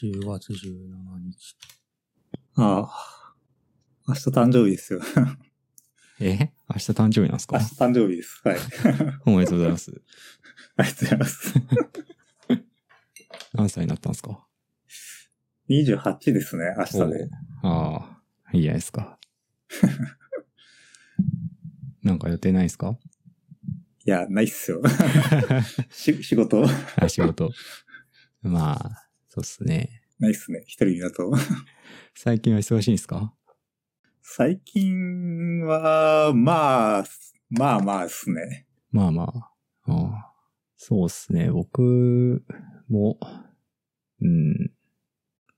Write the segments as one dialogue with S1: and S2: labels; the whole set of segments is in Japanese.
S1: 10月17日。
S2: ああ。明日誕生日ですよ。
S1: え明日誕生日なんです
S2: 明
S1: か
S2: 日誕生日です。はい。
S1: おめでとうございます。
S2: ありがとうございます。
S1: 何歳になったんですか
S2: 28ですね、明日で。
S1: ああ、いいじゃないですか。なんか予定ないですか
S2: いや、ないっすよ。し仕事、
S1: あ仕事。まあ、そうっすね。
S2: ないっすね。一人だと。
S1: 最近は忙しいんですか
S2: 最近は、まあ、まあまあですね。
S1: まあまあ。ああそうっすね。僕も、うん。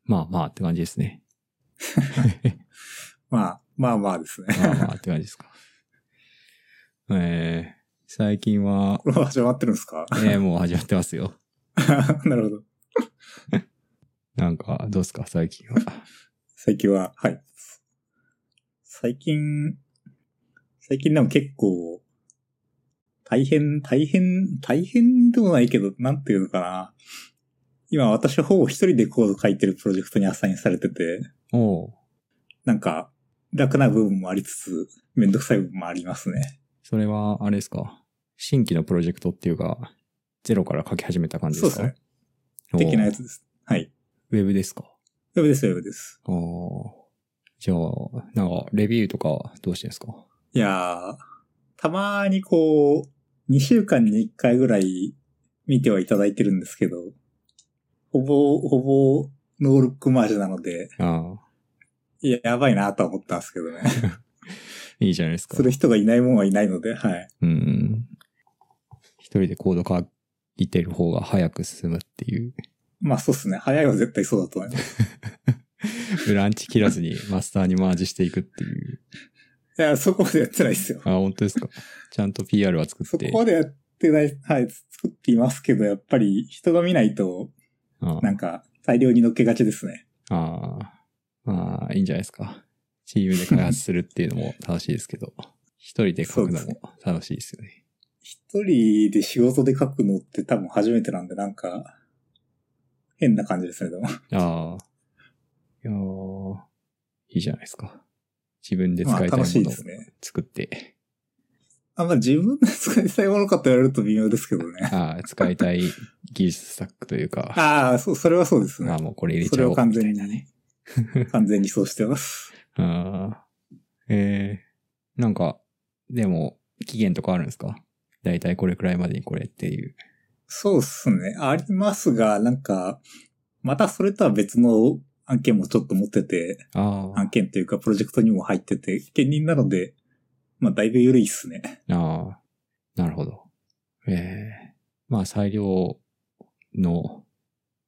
S1: まあまあって感じですね。
S2: まあ、まあまあですね。
S1: まあまあって感じですか。えー、最近は、
S2: これは始まってるんですか
S1: えー、 もう始まってますよ。
S2: なるほど。
S1: なんか、どうっすか、最近 は。
S2: 最近は、はい。最近、最近でも結構、大変、大変、大変でもないけど、なんていうのかな。今私ほぼ一人でコード書いてるプロジェクトにアサインされてて、
S1: おう
S2: なんか、楽な部分もありつつ、めんどくさい部分もありますね。
S1: それは、あれですか。新規のプロジェクトっていうか、ゼロから書き始めた感じですか
S2: そうです
S1: おう
S2: 的なやつです。はい。
S1: ウェブですか。
S2: ウェブです、ウェブです。
S1: ああ。じゃあ、なんか、レビューとかどうしてんですか
S2: いやー、たまーにこう、2週間に1回ぐらい見てはいただいてるんですけど、ほぼ、ほぼ、ノールックマージなので、
S1: ああ。
S2: いや、やばいなとは思ったんですけどね。
S1: いいじゃないですか。
S2: する人がいないもんはいないので、はい。
S1: うん。一人でコード書いてる方が早く進むっていう。
S2: まあそうっすね。早いは絶対そうだと思います。
S1: ブランチ切らずにマスターにマージしていくっていう。
S2: いや、そこまでやってないですよ。
S1: あ、本当ですか。ちゃんと PR は作
S2: そ
S1: っ
S2: こ
S1: て。
S2: までやってない、はい、作っていますけど、やっぱり人が見ないと、
S1: あ
S2: なんか、大量に乗っけがちですね。
S1: あああ。まあ、いいんじゃないですか。チームで開発するっていうのも楽しいですけど、一人で書くのも楽しいですよね。
S2: 一人で仕事で書くのって多分初めてなんで、なんか、変な感じですね、で も。
S1: ああ。いやーいいじゃないですか。自分で使
S2: まあ、
S1: いたいも
S2: 楽しい
S1: の
S2: で
S1: を
S2: すね。
S1: 作って、
S2: あんま自分で使いたいものかと言われると微妙ですけど ね。
S1: ああ使いたい技術スタックというか、
S2: ああ、そう、それはそうです
S1: ま
S2: ね
S1: あ。もうこれ入れ
S2: そ
S1: ち
S2: れ
S1: ゃお
S2: を
S1: う
S2: 完
S1: みた
S2: 全
S1: い
S2: に
S1: なね。
S2: ね。完全にそうしてます。
S1: ああ。えー、なんか、でも、期限とかあるんですかだいたいこれくらいまでにこれっていう。
S2: そうですね。ありますが、なんか、またそれとは別の案件もちょっと持ってて、
S1: ああ。
S2: 案件というかプロジェクトにも入ってて、兼任なので、まあ、だいぶ緩いっすね。
S1: ああ、なるほど。ええまあ、裁量の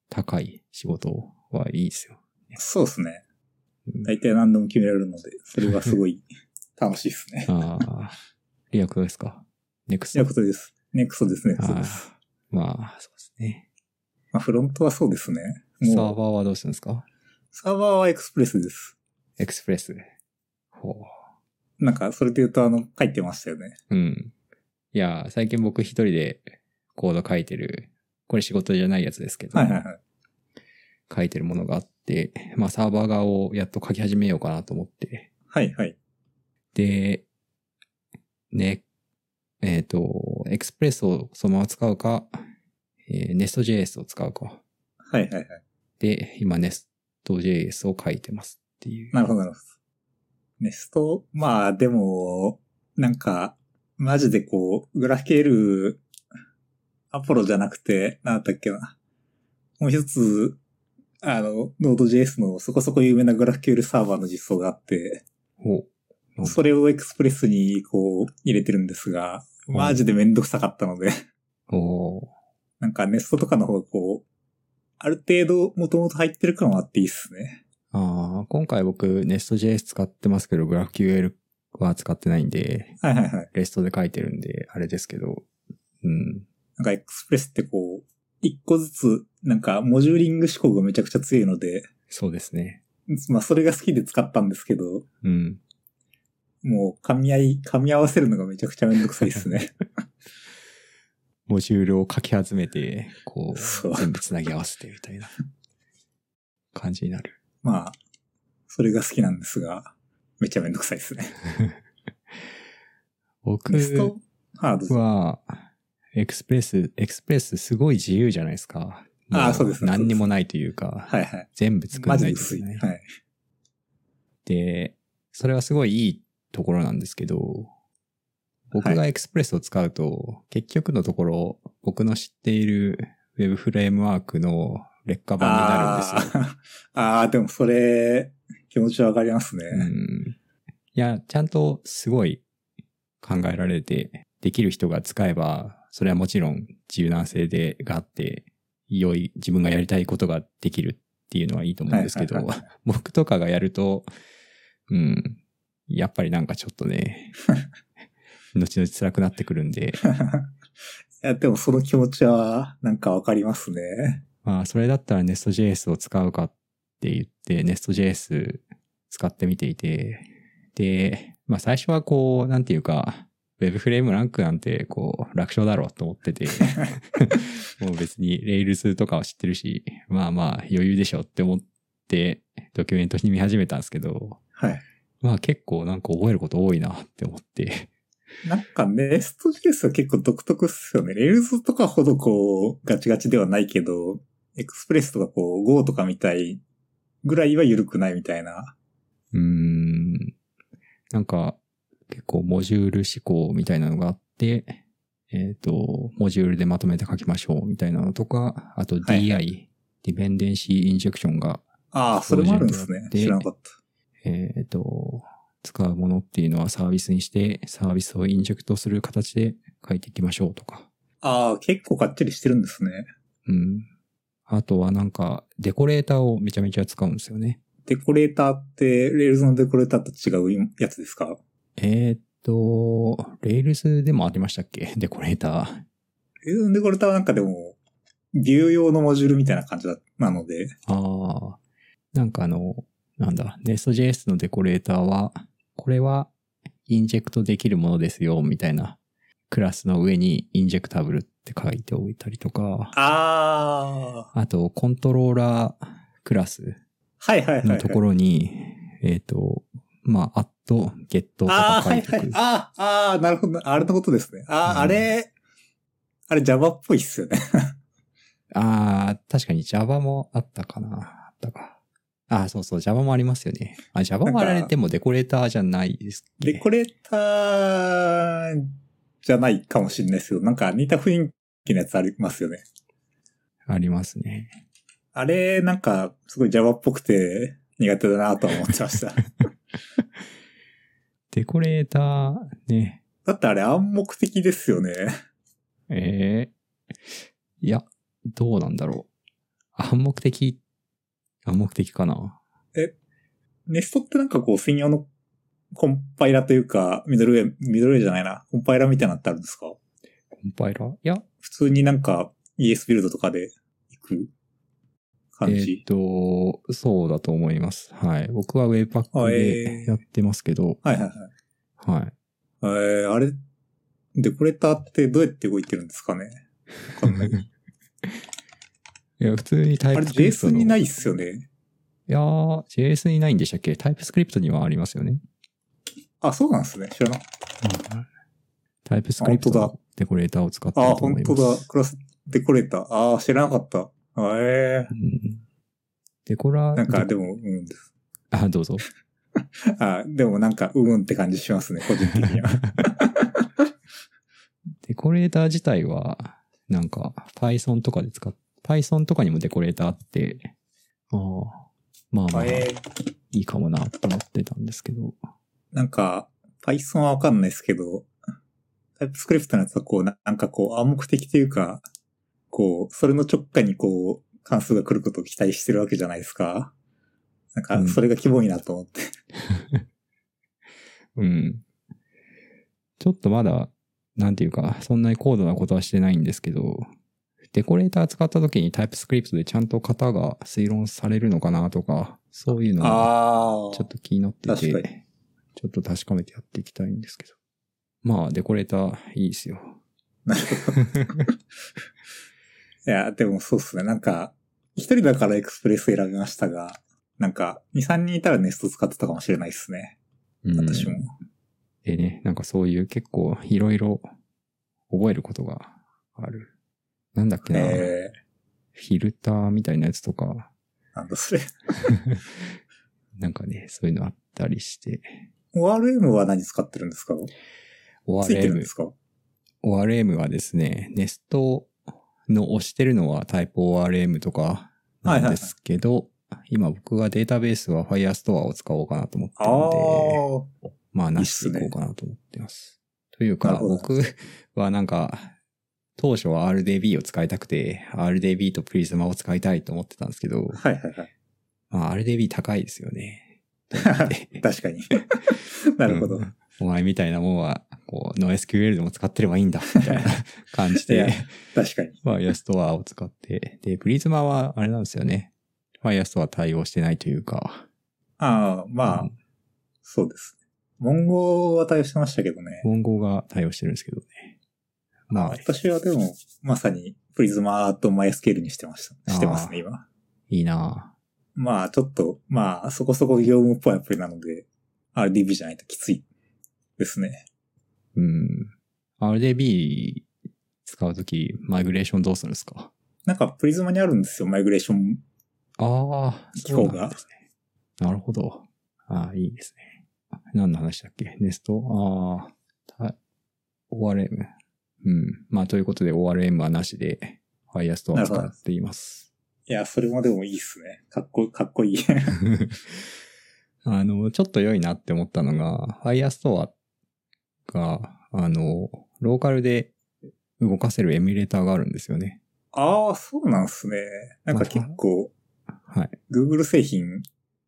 S1: 高い仕事はいいですよ。
S2: そうですね。
S1: うん
S2: 大体何でも決められるので、それはす ごい楽しいですね。
S1: ああ、リアクトですか。ネクス
S2: という
S1: ト
S2: こ。とです。ネクストですね。そう
S1: あ
S2: で
S1: あ
S2: す。
S1: まあ、そうですね。
S2: まあ、フロントはそうですね。
S1: サー
S2: も
S1: バ
S2: う
S1: ーはどうするんですか
S2: サーバーはエクスプレスです。
S1: エクスプレス。ほ
S2: なんか、それで言うと、あの、書いてましたよね。
S1: う。うん。いや、最近僕一人でコード書いてる、これ仕事じゃないやつですけど、
S2: はいはいはい。
S1: 書いてるものがあって、まあ、サーバー側をやっと書き始めようかなと思って、
S2: はいはい。
S1: で、ね、えっ、と、エクスプレスをそのまま使うか、えー、Nest.js を使うか。
S2: はいはいはい。
S1: で、今 Nest.js を書いてますっていう。
S2: なるほどなるほど。ネスト、まあ、でも、なんか、マジでこう、グラフケール、アポロじゃなくて、なんだっけな。もう一つ、あの、Node.js のそこそこ有名なグラフケールサーバーの実装があって、
S1: ほううん
S2: それをエクスプレスにこう入れてるんですが、
S1: うん
S2: マジでめんどくさかったので、
S1: おー
S2: なんかネストとかの方がこう、ある程度もともと入ってる感はあっていいっすね。
S1: あー今回僕 Nest.js 使ってますけど、GraphQL は使ってないんで、
S2: はいはいはい。
S1: REST で書いてるんで、あれですけど、うん。
S2: なんかエクスプレスってこう、一個ずつ、なんかモジューリング思考がめちゃくちゃ強いので、
S1: そうですね。
S2: まあそれが好きで使ったんですけど、
S1: うん。
S2: もう噛み合い、噛み合わせるのがめちゃくちゃめんどくさいで すね。
S1: モジュールを書き集めて、こ
S2: そう
S1: う、全部つなぎ合わせてみたいな。感じになる。
S2: まあ、それが好きなんですが、めちゃめんどくさいですね。
S1: 僕
S2: ネストハードぞ。
S1: は、エクスプレス、エクスプレスすごい自由じゃないですか。
S2: あー
S1: も
S2: そうですね
S1: 何にもないというか、
S2: はいはい。
S1: 全部作
S2: マ
S1: ら
S2: ジ
S1: な
S2: で
S1: いとい
S2: 薄
S1: け
S2: い。
S1: ない。
S2: はい。
S1: で、それはすごいいいところなんですけど、僕
S2: は
S1: がエクスプレスを使うと、結局のところ、僕の知っている Web フレームワークの劣化版になるんですよ。
S2: あー あー、でもそれ、気持ちわかりますね。
S1: うんいや、ちゃんとすごい考えられて、できる人が使えば、それはもちろん柔軟性でがあって、良い、自分がやりたいことができるっていうのはいいと思うんですけど
S2: はいはいは、
S1: 僕とかがやると、うん、やっぱりなんかちょっと ね、後々辛くなってくるんで、
S2: いや、でもその気持ちは、なんかわかりますね。
S1: まあ、それだったら NestJS を使うかって言って、NestJS 使ってみていて、で、まあ最初はこう、なんていうか、Web フレームランクなんて、こう、楽勝だろうと思ってて、もう別に Rails とかは知ってるし、まあまあ余裕でしょって思って、ドキュメントに見始めたんですけど、
S2: はい。
S1: まあ結構なんか覚えること多いなって思って、
S2: なんかネスト JS は結構独特っすよね。レールズとかほどこう、ガチガチではないけど、エクスプレスとかこう、Go とかみたいぐらいは緩くないみたいな。
S1: うーん。なんか、結構モジュール思考みたいなのがあって、えっ、と、モジュールでまとめて書きましょうみたいなのとか、あと DI、
S2: はいは
S1: ディペンデンシーインジェクションが、
S2: ああ、それもあるんですね。
S1: そういう
S2: 知
S1: の
S2: ら
S1: があって
S2: なかった。
S1: えっ、と、使うものっていうのはサービスにして、サービスをインジェクトする形で書いていきましょうとか。
S2: ああ、結構がっちりしてるんですね。
S1: うん。あとはなんか、デコレーターをめちゃめちゃ使うんですよね。
S2: デコレーターって、レールズのデコレーターと違うやつですか
S1: えーっと、レイルズでもありましたっけデコレーター。
S2: レールズのデコレーターはなんかでも、ビュー用のモジュールみたいな感じだなので、
S1: ああ。なんかあの、なんだ、Nest.js のデコレーターは、これはインジェクトできるものですよ、みたいな。クラスの上にインジェクタブルって書いておいたりとか、
S2: ああ、
S1: あと、コントローラークラス
S2: はいはいはい、は
S1: の
S2: い。
S1: ところに、えーっと、まあ、アット、ゲットと
S2: あ
S1: か
S2: あ、
S1: 書
S2: はいい
S1: て
S2: は
S1: くる
S2: い。。ああ、ああ、なるほど。あれのことですね。ああ、
S1: うん
S2: あれ、あれ Java っぽいっすよね。
S1: ああ、確かに Java もあったかな。あったか。ああ、そうそう、Java もありますよね。あ、Java もあ
S2: な
S1: れ
S2: んか
S1: でもデコレーターじゃないですっけ
S2: デコレーターじゃないかもしれないですけど、なんか似た雰囲気のやつありますよね。
S1: ありますね。
S2: あれ、なんか、すごい Java っぽくて苦手だなとは思ってま した。
S1: デコレーターね。
S2: だってあれ暗黙的ですよね。
S1: ええいや、どうなんだろう。暗黙的、暗黙的かな。
S2: ネストってなんかこう専用のコンパイラというか、ミドルウェイ、ミドルウェイじゃないな、コンパイラみたいなのってあるんですか
S1: コンパイラーいや、
S2: 普通になんか ES ビルドとかで行く
S1: え
S2: 感
S1: ーっ
S2: じ。
S1: と、そうだと思います。はい。僕は Webpack
S2: あ
S1: で
S2: えー
S1: やってますけど、
S2: はいはい
S1: はい。
S2: はい。えー、あれ、デコレーターってどうやって動いてるんですかねわかんない。
S1: いや、普通にタ
S2: あ
S1: イ
S2: れ
S1: プスクリプト
S2: JS
S1: の。
S2: にないっすよね。
S1: いやー、JS にないんでしたっけタイプスクリプトにはありますよね。
S2: あ、そうなんですね。知らなかった。
S1: タイプスクリプト
S2: あ本当
S1: のデコレーターを使って
S2: あ
S1: る
S2: ー、
S1: と思
S2: 本
S1: います。
S2: 当だ。クラスデコレーター。ああ、知らなかった。 ええ
S1: うんデコラ
S2: ー。なんかでも、うん。
S1: あ、どうぞ。
S2: あーでもなんか、うんって感じしますね、個人的 には。
S1: デコレーター自体は、なんか Python とかで使っ、Python とかにもデコレーターあって、あーまあまあ、
S2: え
S1: い
S2: ー
S1: いかもなと思ってたんですけど。
S2: なんか、Python はわかんないですけど、タイプスクリプトのやつはこう、ななんかこう暗黙的というか、こう、それの直下にこう、関数が来ることを期待してるわけじゃないですか。なん
S1: う
S2: か、
S1: ん
S2: それがキモいなと思って。
S1: うん。ちょっとまだ、なんていうか、そんなに高度なことはしてないんですけど、デコレーター使った時にタイプスクリプトでちゃんと型が推論されるのかなとか、そういうのが
S2: あ
S1: ちょっと気になってて、
S2: 確か
S1: ちょっと確かめてやっていきたいんですけど。まあ、デコレーターいいですよ。
S2: いや、でもそうっすね。なんか、一人だからエクスプレス選びましたが、なんか、2、3人いたらネスト使ってたかもしれないですね。
S1: うん
S2: 私も。
S1: でね、なんかそういう結構いろいろ覚えることがある。なんだっけな、
S2: え
S1: フィルターみたいなやつとか、
S2: ー、なんだそれ。
S1: なんかね、そういうのあったりして。
S2: ORM は何使ってるんですかついてるんで
S1: ORM
S2: す、か
S1: ORM はですね、ネストの押してるのはタイプ ORM とかなんですけど、今僕がデータベースは Firestore を使おうかなと思って
S2: あ
S1: る
S2: あ
S1: ので、
S2: ー。
S1: まあ、なしでいこうかなと思ってます。という
S2: な
S1: か、
S2: るほど
S1: 僕はなんか、当初は RDB を使いたくて、RDB とプリズマを使いたいと思ってたんですけど、
S2: はいはいはい。
S1: まあ、RDB 高いですよね。
S2: 確かに。なるほど。
S1: うんお前みたいなもんは、こう、NoSQL でも使ってればいいんだ、みたい な感じ
S2: いや
S1: で、
S2: 確かに。
S1: Firestore を使って、で、プリズマはあれなんですよね。Firestore 対応してないというか、
S2: ああ、まあ、
S1: うん
S2: そうですね。文語は対応してましたけどね。
S1: 文語が対応してるんですけどね。まあ、
S2: 私はでも、まさに、プリズマとマイスケールにしてました。してますね、今。
S1: いいなぁ
S2: まあ、ちょっと、まあ、そこそこ業務っぽいアプリなので、RDB じゃないときついですね。
S1: うん。RDB 使うとき、マイグレーションどうするんですか
S2: なんか、プリズマにあるんですよ、マイグレーション。
S1: ああ、
S2: 機構
S1: そ
S2: が
S1: うなんですね。なるほど。ああ、いいですね。何の話だっけネストああ、た ORM。うん。まあ、ということで ORM はなしで、Firestore を使っています。
S2: いや、それもでもいいっすね。かっこ、かっこい い。
S1: あの、ちょっと良いなって思ったのが、Firestore が、あの、ローカルで動かせるエミュレーターがあるんですよね。
S2: ああ、そうなんすね。なんか結構、
S1: はい。
S2: Google 製品、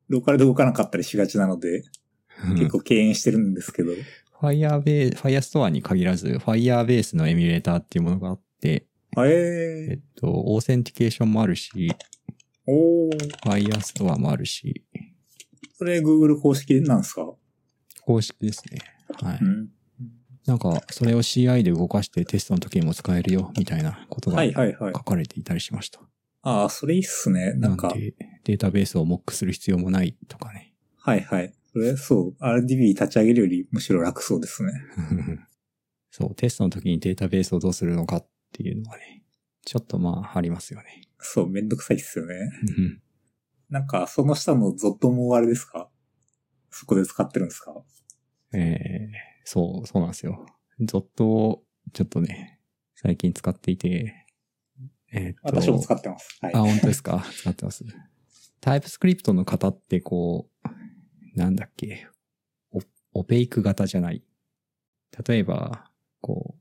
S2: ローカルで動かなかったりしがちなので、結構敬遠してるんですけど。
S1: ファイヤーベース、ファイヤーストアに限らず、ファイヤーベースのエミュレーターっていうものがあって、
S2: あ
S1: えっ
S2: えー、
S1: と、オーセンティケーションもあるし、
S2: おー
S1: ファイヤーストアもあるし、
S2: それ Google 公式なんですか。
S1: 公式ですね。はいう
S2: ん。
S1: なんか、それを CI で動かしてテストの時にも使えるよ、みたいなことが
S2: はい
S1: 書
S2: はいはい。
S1: かれていたりしました。
S2: ああ、それいいっすね。なんか、
S1: で、データベースをモックする必要もないとかね。
S2: はいはい。それ、そう。RDB 立ち上げるよりむしろ楽そうですね。
S1: そう、テストの時にデータベースをどうするのかっていうのはね、ちょっとまあ、ありますよね。
S2: そう、めんどくさいっすよね。
S1: うん
S2: なんか、その下のゾットもあれですかそこで使ってるんですか
S1: えーそう、そうなんですよ。ゾットをちょっとね、最近使っていて、えーっと、
S2: 私も使ってます。はい。
S1: あ、本当ですか使ってます。タイプスクリプトの型ってこう、なんだっけ、オオペイク型じゃない。例えば、こ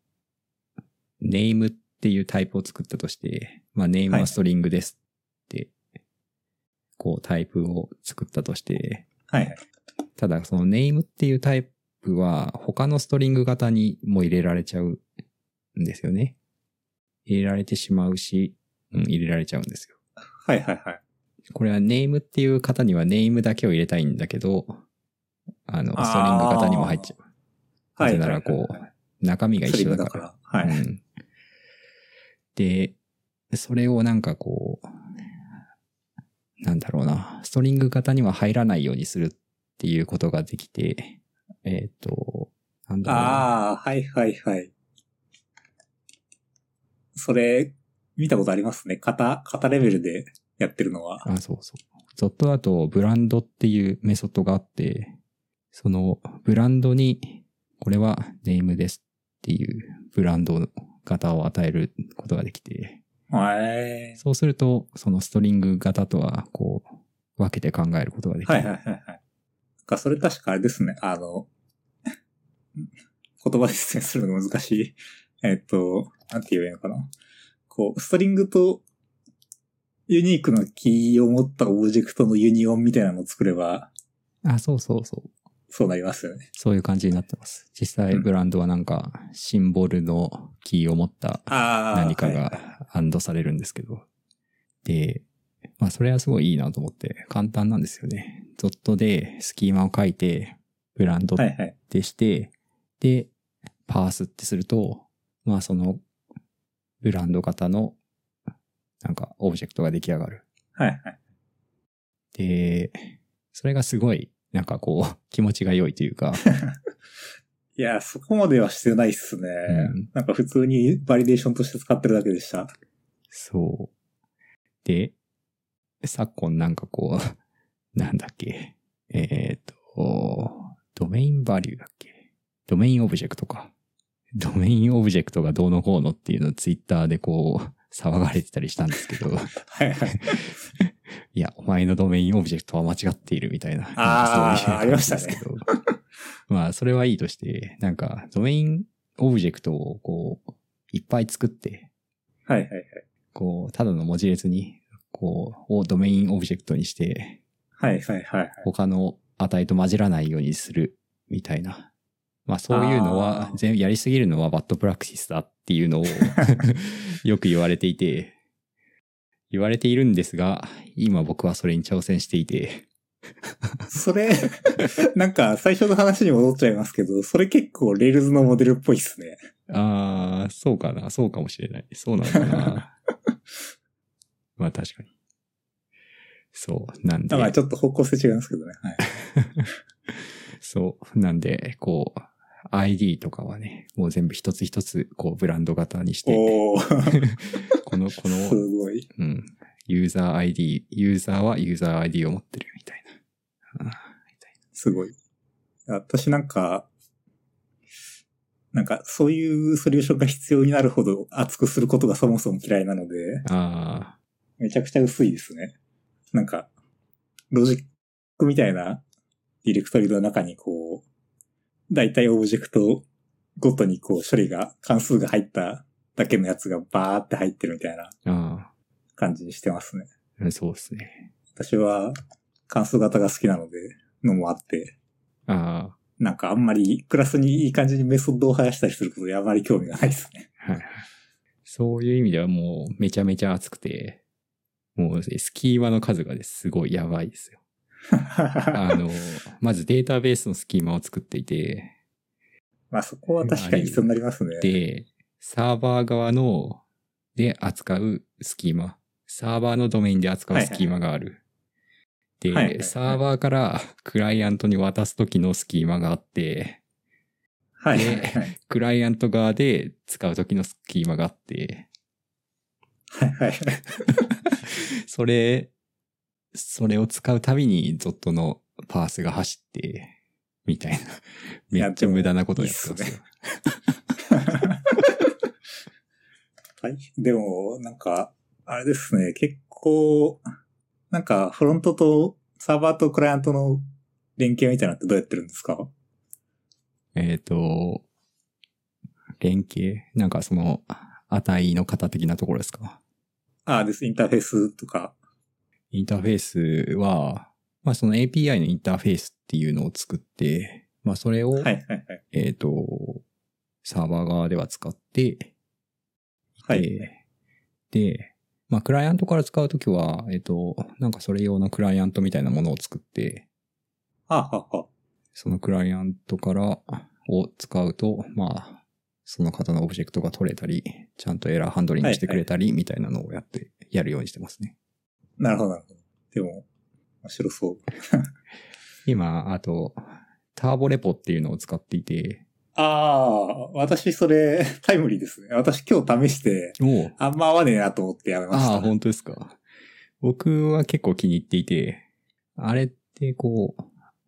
S1: う、ネームっていうタイプを作ったとして、まあネーム
S2: は
S1: はいストリングですって、こうタイプを作ったとして、
S2: はいはい。
S1: ただそのネームっていうタイプは他のストリング型にも入れられちゃうんですよね。入れられてしまうし、うん、入れられちゃうんですよ。
S2: はいはいはい。
S1: これはネームっていう型にはネームだけを入れたいんだけど、あの、
S2: あー
S1: ストリング型にも入っちゃう。
S2: はいはい。
S1: なぜならこう、中身が一緒だから。
S2: ら。はい。
S1: うんで、それをなんかこう、なんだろうな、ストリング型には入らないようにするっていうことができて、えっ、と、なんだろうな。
S2: ああ、はいはいはい。それ、見たことありますね。型、型レベルでやってるのは。
S1: あ、そうそう。ゾットだとブランドっていうメソッドがあって、そのブランドに、これはネームですっていうブランドの型を与えることができて、
S2: はい。
S1: そうすると、そのストリング型とは、こう、分けて考えることができる。
S2: はいはいはいはい。なんかそれ確かあれですね。あの、 言葉で説明するの難しい。えっと、なんて言えばいいのかな。こう、ストリングとユニークなキーを持ったオブジェクトのユニオンみたいなのを作れば、
S1: あ、そうそうそう。
S2: そうなりますよね。
S1: そういう感じになってます。実際、
S2: うん
S1: ブランドはなんか、シンボルのキーを持った
S2: ああ。
S1: 何か
S2: はいはい
S1: がアンドされるんですけど。で、まあ、それはすごいいいなと思って、簡単なんですよね。ゾットでスキーマを書いて、ブランドっ
S2: はいはい。
S1: てして、で、パースってすると、まあ、その、ブランド型の、なんか、オブジェクトが出来上がる。
S2: はいはい。
S1: で、それがすごい、なんかこう、気持ちが良いというか、
S2: いや、そこまではしてないっすね。
S1: うん
S2: なんか普通にバリデーションとして使ってるだけでした。
S1: そう。で、昨今なんかこう、 なんだっけ、えっ、と、ドメインバリューだっけドメインオブジェクトか。ドメインオブジェクトがどうのこうのっていうのをツイッターでこう、騒がれてたりしたんですけ ど、
S2: は いはい。
S1: いや、お前のドメインオブジェクトは間違っているみたいな。
S2: あー
S1: なんかそういう
S2: ありましたね
S1: 感じですけど。 まあ、それはいいとして、なんか、ドメインオブジェクトをこう、いっぱい作って、
S2: はいはいはい。
S1: こう、ただの文字列に、こう、をドメインオブジェクトにして、
S2: はいはいはいはい。
S1: 他の値と混じらないようにする、みたいな。まあそういうのは
S2: あ、ー
S1: 全部やりすぎるのはバッドプラクティスだっていう のを、よく言われていて、言われているんですが、今僕はそれに挑戦していて、
S2: それ、 なんか最初の話に戻っちゃいますけど、それ結構レールズのモデルっぽいっすね。
S1: あー、そうかな、そうかもしれない。そうなのか な。まあ確かに。そう、なんで。
S2: だからちょっと方向性違いますけどね。はい。
S1: そう。なんで、こう、ID とかはね、もう全部一つ一つ、こう、ブランド型にして、
S2: おー、
S1: この、こ
S2: す
S1: の、
S2: ごい。
S1: うん、ユーザー ID、ユーザーはユーザー ID を持ってるみたいな。あ
S2: すごい。私なんか、なんかそういうソリューションが必要になるほど厚くすることがそもそも嫌いなので、
S1: あ
S2: めちゃくちゃ薄いですね。なんか、ロジックみたいなディレクトリの中にこう、大体オブジェクトごとにこう処理が、関数が入っただけのやつがバーって入ってるみたいな
S1: ー、あ
S2: 感じにしてますね。
S1: ーうんそうですね。
S2: 私は関数型が好きなので、のもあって、
S1: あ
S2: なんかあんまりクラスにいい感じにメソッドを生やしたりすることにあまり興味がないですね。
S1: あ、はい。そういう意味ではもう、めちゃめちゃ熱くて、もう、スキーマの数がですすごいやばいですよ。あの、まずデータベースのスキーマを作っていて、
S2: まあそこは確かに必要になりますね。
S1: で、サーバー側の、で扱うスキーマ。サーバーのドメインで扱うスキーマがある。で、
S2: はいはいはい
S1: サーバーからクライアントに渡す時のスキーマがあって、
S2: はい。
S1: で
S2: はい
S1: クライアント側で使う時のスキーマがあ って、
S2: はい。
S1: それ、それを使うたびに ZOT のパースが走って、みたいな。めっちゃ無駄なことやってますよ。
S2: はい。でも、なんか、あれですね、結構、なんか、フロントとサーバーとクライアントの連携みたいなのってどうやってるんですか
S1: えっ、と、連携なんかその、値の型的なところですか
S2: ああ、です。インターフェースとか。
S1: インターフェースは、まあその API のインターフェースっていうのを作って、まあそれを、
S2: はいはいはい。
S1: えっ、と、サーバー側では使って、
S2: はい。
S1: で、で、まあクライアントから使うときは、えっ、と、なんかそれ用のクライアントみたいなものを作って、
S2: はあ、はあはあ、
S1: そのクライアントからを使うと、まあ、その方のオブジェクトが取れたり、ちゃんとエラーハンドリングしてくれたり、みたいなのをやって、やるようにしてますね。
S2: なるほど、なるほど。でも、面白そう。
S1: 今、あと、ターボレポっていうのを使っていて、
S2: ああ、私それ、タイムリーですね。私今日試して、
S1: お
S2: あんま合わねえなと思ってやめました。
S1: ああ、本当ですか。僕は結構気に入っていて、あれってこう、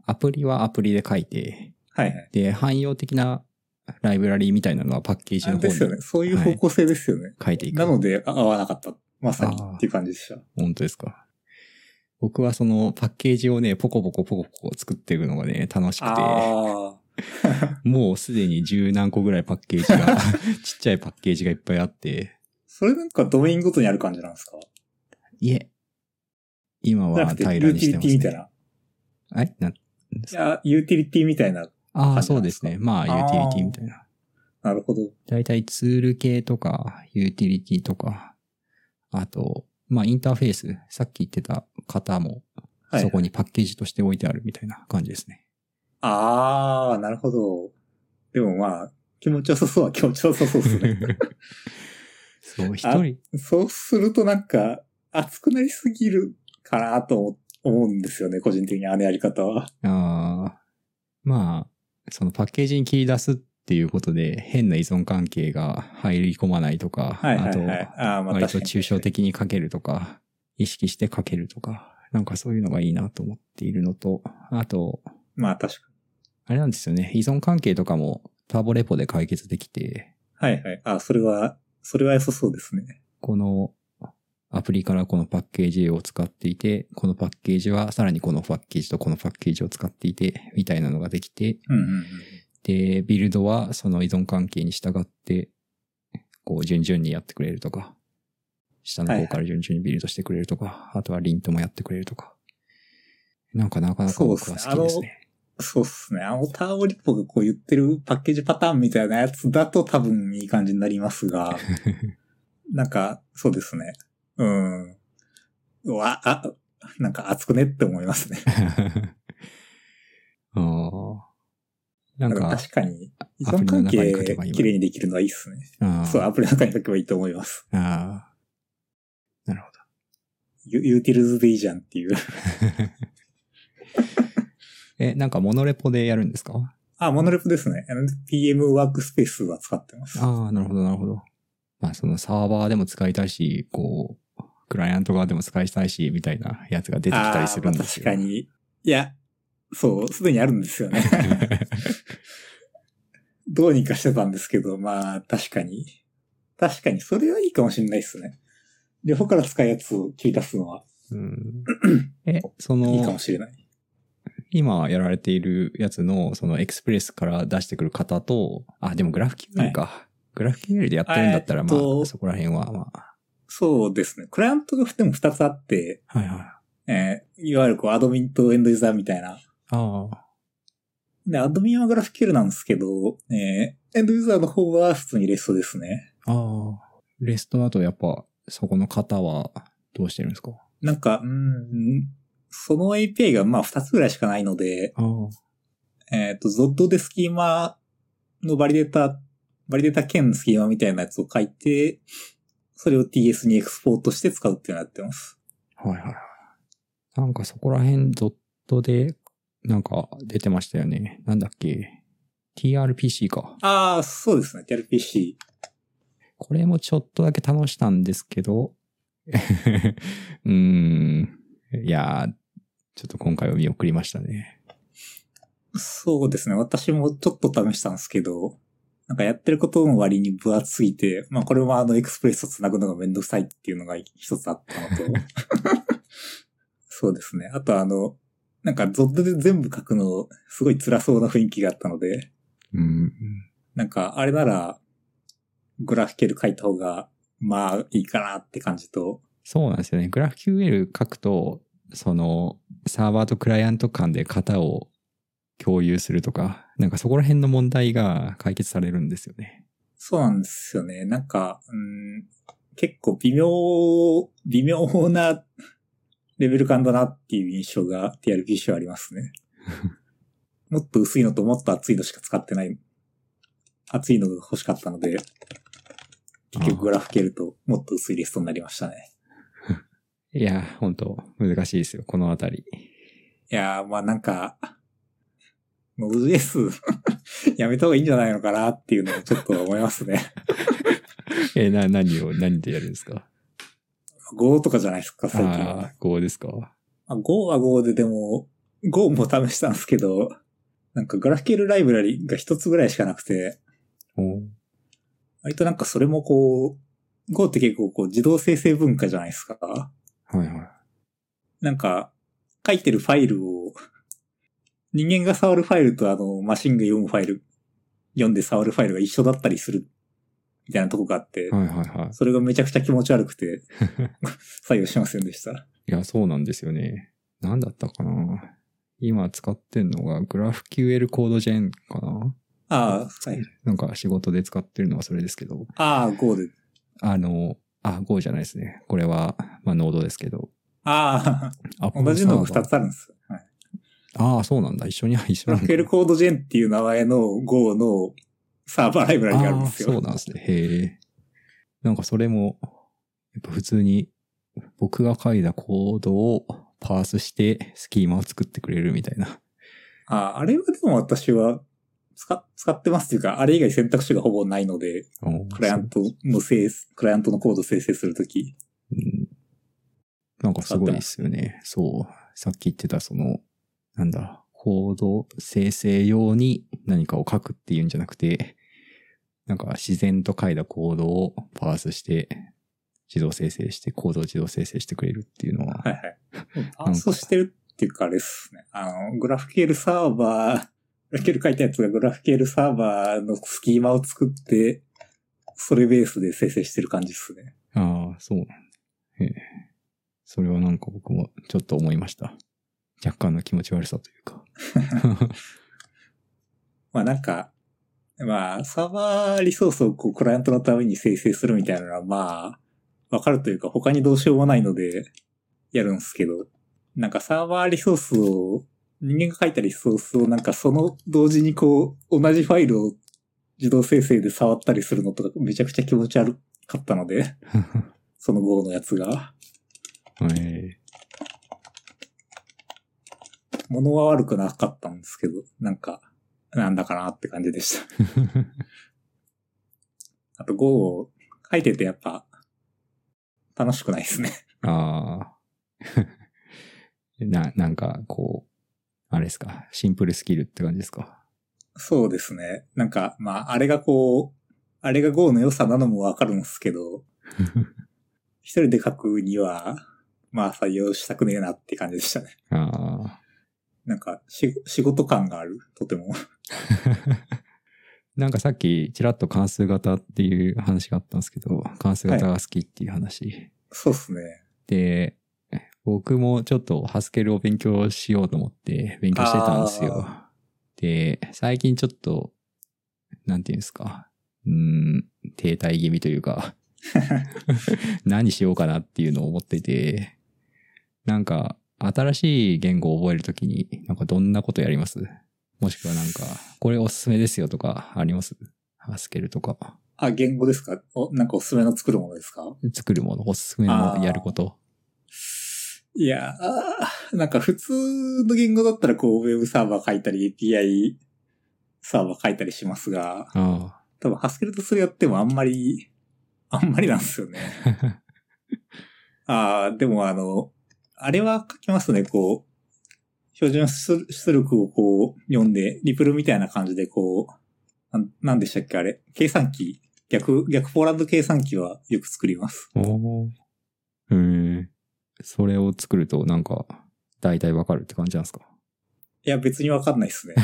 S1: アプリはアプリで書いて、
S2: はいはい。
S1: で、汎用的なライブラリーみたいなのはパッケージ
S2: あ
S1: の方
S2: で
S1: に
S2: すよね。そういう方向性ですよね。
S1: 書いていく。
S2: なので、あ合わなかった。まさに
S1: あー
S2: っていう感じでした。
S1: 本当ですか。僕はそのパッケージをね、ポコポコポコポコ作っていくのがね、楽しくて、
S2: ああ。
S1: もうすでに十何個ぐらいパッケージが、 ちっちゃいパッケージがいっぱいあって、
S2: それなんかドメインごとにある感じなんですか
S1: いえ、今
S2: じゃ
S1: は
S2: なくて、
S1: 平ら
S2: ユー
S1: に
S2: テ
S1: し
S2: ィリ
S1: てま
S2: ティ
S1: す、
S2: みたい
S1: ね。
S2: な。
S1: はいない
S2: や、ユーティリティみたいな。
S1: ああ、
S2: 感じ
S1: そ
S2: な
S1: うんで
S2: です
S1: す
S2: か
S1: ね。まあ、ユーティリティみたいな。
S2: なるほど。
S1: だいたいツール系とか、ユーティリティとか、あと、まあ、インターフェース、さっき言ってた方も、
S2: はい。
S1: そこにパッケージとして置いてあるみたいな感じですね。
S2: あー、なるほど。でもまあ、気持ちよさそうは気持ちよさそうで すね。
S1: そう、一
S2: あ
S1: 人、
S2: そうするとなんか、熱くなりすぎるかなと思うんですよね、個人的にあのやり方は。
S1: ああ、まあ、そのパッケージに切り出すっていうことで変な依存関係が入り込まないとか、
S2: はいはいはい。
S1: あ
S2: ああ、
S1: と
S2: まあ
S1: 割
S2: 確
S1: と
S2: かに
S1: 抽象的に書けるとか、意識して書けるとか、なんかそういうのがいいなと思っているのと、あと、
S2: まあ確か
S1: あれなんですよね、依存関係とかもターボレポで解決できて、
S2: に。はいはい。ああ、それは、それは良さそうですね。
S1: このアプリからこのパッケージを使っていて、このパッケージはさらにこのパッケージとこのパッケージを使っていて、みたいなのができて、
S2: うんうんうん。
S1: で、ビルドはその依存関係に従って、こう、順々にやってくれるとか、下の
S2: はい
S1: 方
S2: はい
S1: から順々にビルドしてくれるとか、あとはリントもやってくれるとか。なんかなかなか僕は好きです
S2: そうです
S1: ね。
S2: そうっすね。あのターボリポがこう言ってるパッケージパターンみたいなやつだと多分いい感じになりま すが、なんか、そうですね。うん。うわ、あ、なんか熱くねって思いますね。
S1: あ あー。なんか、
S2: 確かに、依
S1: アプリ
S2: 存
S1: の
S2: 関
S1: 中に
S2: 係
S1: 書けばいいわ
S2: 綺麗にできるのはいいっすね。
S1: あ
S2: そう、
S1: ー
S2: アプリの中に書けばいいと思います。
S1: あー。なるほど。
S2: ユユーティルズでいいじゃんっていう。
S1: え、なんかモノレポでやるんですか
S2: あ、モノレポですね。あの PM ワークスペースは使ってます。
S1: ああ、なるほど、なるほど。まあ、そのサーバーでも使いたいし、こう、クライアント側でも使いたいし、みたいなやつが出てきたりするんですよ。
S2: あーまあ確かに。いや、そう、すでにあるんです よね。どうにかしてたんですけど、まあ、確かに。確かに、それはいいかもしれないですね。両方から使うやつを切り出すのは
S1: うん、え、そ
S2: いいか
S1: の
S2: も、しれない。
S1: 今やられているやつの、そのエクスプレスから出してくる方と、あ、でもグラフ QL か。グラフ QL でやってるんだったら、
S2: えーっ
S1: まあ
S2: と、
S1: そこら辺は、まあ、
S2: そうですね。クライアントがでも2つあって、
S1: はいはい。あ
S2: えーいわゆるこう、アドミンとエンドユーザーみたいな。
S1: あ、
S2: で、アドミンはグラフ q l なんですけど、えーエンドユーザーの方は普通にレストですね。
S1: ああ、レストだとやっぱ、そこの方はどうしてるんですか
S2: なんか、うん、その API がまあ2つぐらいしかないので、
S1: ああ、
S2: えっ、と、Zod でスキーマのバリデータ、バリデータ兼スキーマみたいなやつを書いて、それを TS にエクスポートして使うっていうのをやってます。
S1: はいはいはい。なんかそこら辺、ドットで、なんか出てましたよね。なんだっけ。TRPC か。
S2: ああ、そうですね。TRPC。
S1: これもちょっとだけ楽したんですけど、 うーん。いやー、ちょっと今回は見送りましたね。
S2: そうですね。私もちょっと試したんですけど、なんかやってることの割に分厚すぎて、まあこれもあのエクスプレスと繋ぐのがめんどくさいっていうのが一つあったのと。そうですね。あとあの、なんかゾッドで全部書くのすごい辛そうな雰囲気があったので、
S1: うん。
S2: なんかあれならグラフィケル書いた方がまあいいかなって感じと、
S1: そうなんですよね。GraphQL 書くと、その、サーバーとクライアント間で型を共有するとか、なんかそこら辺の問題が解決されるんですよね。
S2: そうなんですよね。なんか、うん、結構微妙、微妙なレベル感だなっていう印象が TRPC はありますね。もっと薄いのともっと厚いのしか使ってない。厚いのが欲しかったので、結局グラフ蹴るともっと薄いリストになりましたね。
S1: いやー、ほんと、難しいですよ、このあたり。
S2: いやー、まあなんか、Node.js やめた方がいいんじゃないのかなっていうのをちょっと思いますね。
S1: えー、な、何を、何でやるんですか
S2: Go とかじゃないですか、 最近は。
S1: ああ、Go ですか
S2: まあ、Go は Go ででも、Go も試したんですけど、なんかグラフィケルライブラリが一つぐらいしかなくて、
S1: お
S2: 割となんかそれもこう、Go って結構こう自動生成文化じゃないですか。
S1: はいはい。
S2: なんか、書いてるファイルを、人間が触るファイルとあの、マシンが読むファイル、読んで触るファイルが一緒だったりする、みたいなとこがあって、
S1: はいはいはい。
S2: それがめちゃくちゃ気持ち悪く て、作用しませんでした。
S1: いや、そうなんですよね。何だったかな今使ってんのが GraphQL コードジェンかな
S2: ああ、はい。
S1: なんか仕事で使ってるのはそれですけど。
S2: ああ、Go で。
S1: あの、あ、Go じゃないですね。これは、まあ、ノードですけど。
S2: あ
S1: あ
S2: あ、同じのが二つあるんですよ。はい
S1: ああ、そうなんだ。一緒に、 一緒
S2: ラ
S1: なん
S2: フ
S1: だ。
S2: ェルコードジェンっていう名前の Go のサーバーライブラリがあるんですよ。
S1: あーそうなんですね。へえ。なんかそれも、やっぱ普通に僕が書いたコードをパースしてスキーマを作ってくれるみたいな。
S2: あ、あれはでも私は使、使ってますというか、あれ以外選択肢がほぼないので、クライアントの生成、クライアントのコードを生成するとき。
S1: うんなんかすごいですよね。そう。さっき言ってたその、なんだ、コード生成用に何かを書くっていうんじゃなくて、なんか自然と書いたコードをパースして、自動生成して、コードを自動生成してくれるっていうのは、
S2: はいはい。パースしてるっていうか、あれですね。あの、グラフ系ールサーバー、グラフ系ール書いたやつがグラフ系ールサーバーのスキーマを作って、それベースで生成してる感じですね。
S1: ああ、そうなんだ。ええそれはなんか僕もちょっと思いました。若干の気持ち悪さというか。
S2: まあなんか、まあ、サーバーリソースをこう、クライアントのために生成するみたいなのは、まあ、わかるというか、他にどうしようもないので、やるんですけど、なんかサーバーリソースを、人間が書いたリソースを、なんかその同時にこう、同じファイルを自動生成で触ったりするのとか、めちゃくちゃ気持ち悪かったので、 その Go のやつが。
S1: え
S2: 物は悪くなかったんですけど、なんか、なんだかなって感じでした。
S1: え
S2: あと Go を書いててやっぱ、楽しくないですね。
S1: ああ。 な、なんか、こう、あれですか、シンプルスキルって感じですか。
S2: そうですね。なんか、まあ、あれがこう、あれが Go の良さなのもわかるんですけど、一人で書くには、まあ、採用したくねえなって感じでしたね。
S1: ああ。
S2: なんか、し仕事感がある、とても。
S1: なんかさっき、ちらっと関数型っていう話があったんですけど、関数型が好きっていう話。
S2: そうですね。
S1: で、僕もちょっとハスケルを勉強しようと思って勉強してたんですよ。で、最近ちょっと、なんていうんですか、うーん、停滞気味というか、何しようかなっていうのを思ってて、なんか、新しい言語を覚えるときに、なんかどんなことやりますもしくはなんか、これおすすめですよとかありますハスケルとか、
S2: あ、言語ですかおなんかおすすめの作るものですか
S1: 作るもの、おすすめのやること。
S2: いやー、なんか普通の言語だったらこう、ウェブサーバー書いたり、API サーバー書いたりしますが、
S1: あ
S2: 多分ハスケルとそれやってもあんまり、あんまりなんですよね。
S1: あ。
S2: ああ、でもあの、あれは書きますね、こう、標準出出力をこう、読んで、リプルみたいな感じでこう、なんなんでしたっけ、あれ、計算機、逆、逆ポーランド計算機はよく作ります。
S1: おお。へえ。それを作るとなんか、大体わかるって感じなんですか
S2: いや、別にわかんないですね。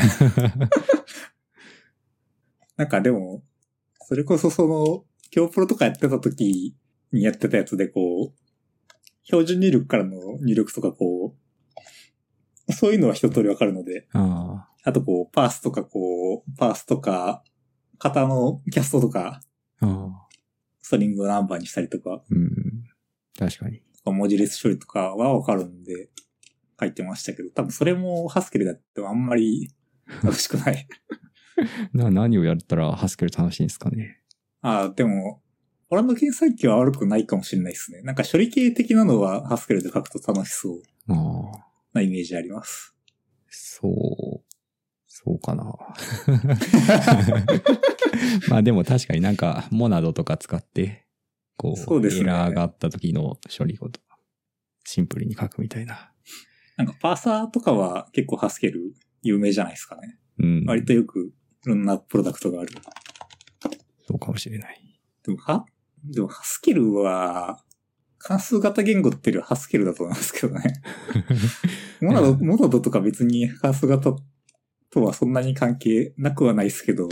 S2: なんかでも、それこそその、京プロとかやってた時にやってたやつでこう、標準入力からの入力とかこう、そういうのは一通りわかるので、
S1: あ
S2: あとこう、パースとかこう、パースとか、型のキャストとか、
S1: あ。ああ。
S2: ストリングをナンバーにしたりとか、
S1: うん。確かに。
S2: 文字列処理とかはわかるんで、書いてましたけど、多分それもハスケルだってあんまり 楽しくない。
S1: な、何をやったらハスケル楽しいんですかね。
S2: ああ、でも、オランダ検査機は悪くないかもしれないですね。なんか処理系的なのはハスケルで書くと楽しそう
S1: ああ。
S2: なイメージあります。
S1: そう。そうか な。まあでも確かになんか、モナドとか使って、こう、
S2: そうです
S1: エ
S2: ね
S1: ラーがあった時の処理事。シンプルに書くみたいな。
S2: なんかパーサーとかは結構ハスケル有名じゃないですかね。
S1: うん。
S2: 割とよくいろんなプロダクトがある。
S1: そうかもしれない。
S2: でも、は、でも、ハスケルは、関数型言語っていうよりはハスケルだと思いますけどね。モナド、
S1: うん
S2: モナドとか別に関数型とはそんなに関係なくはないですけど、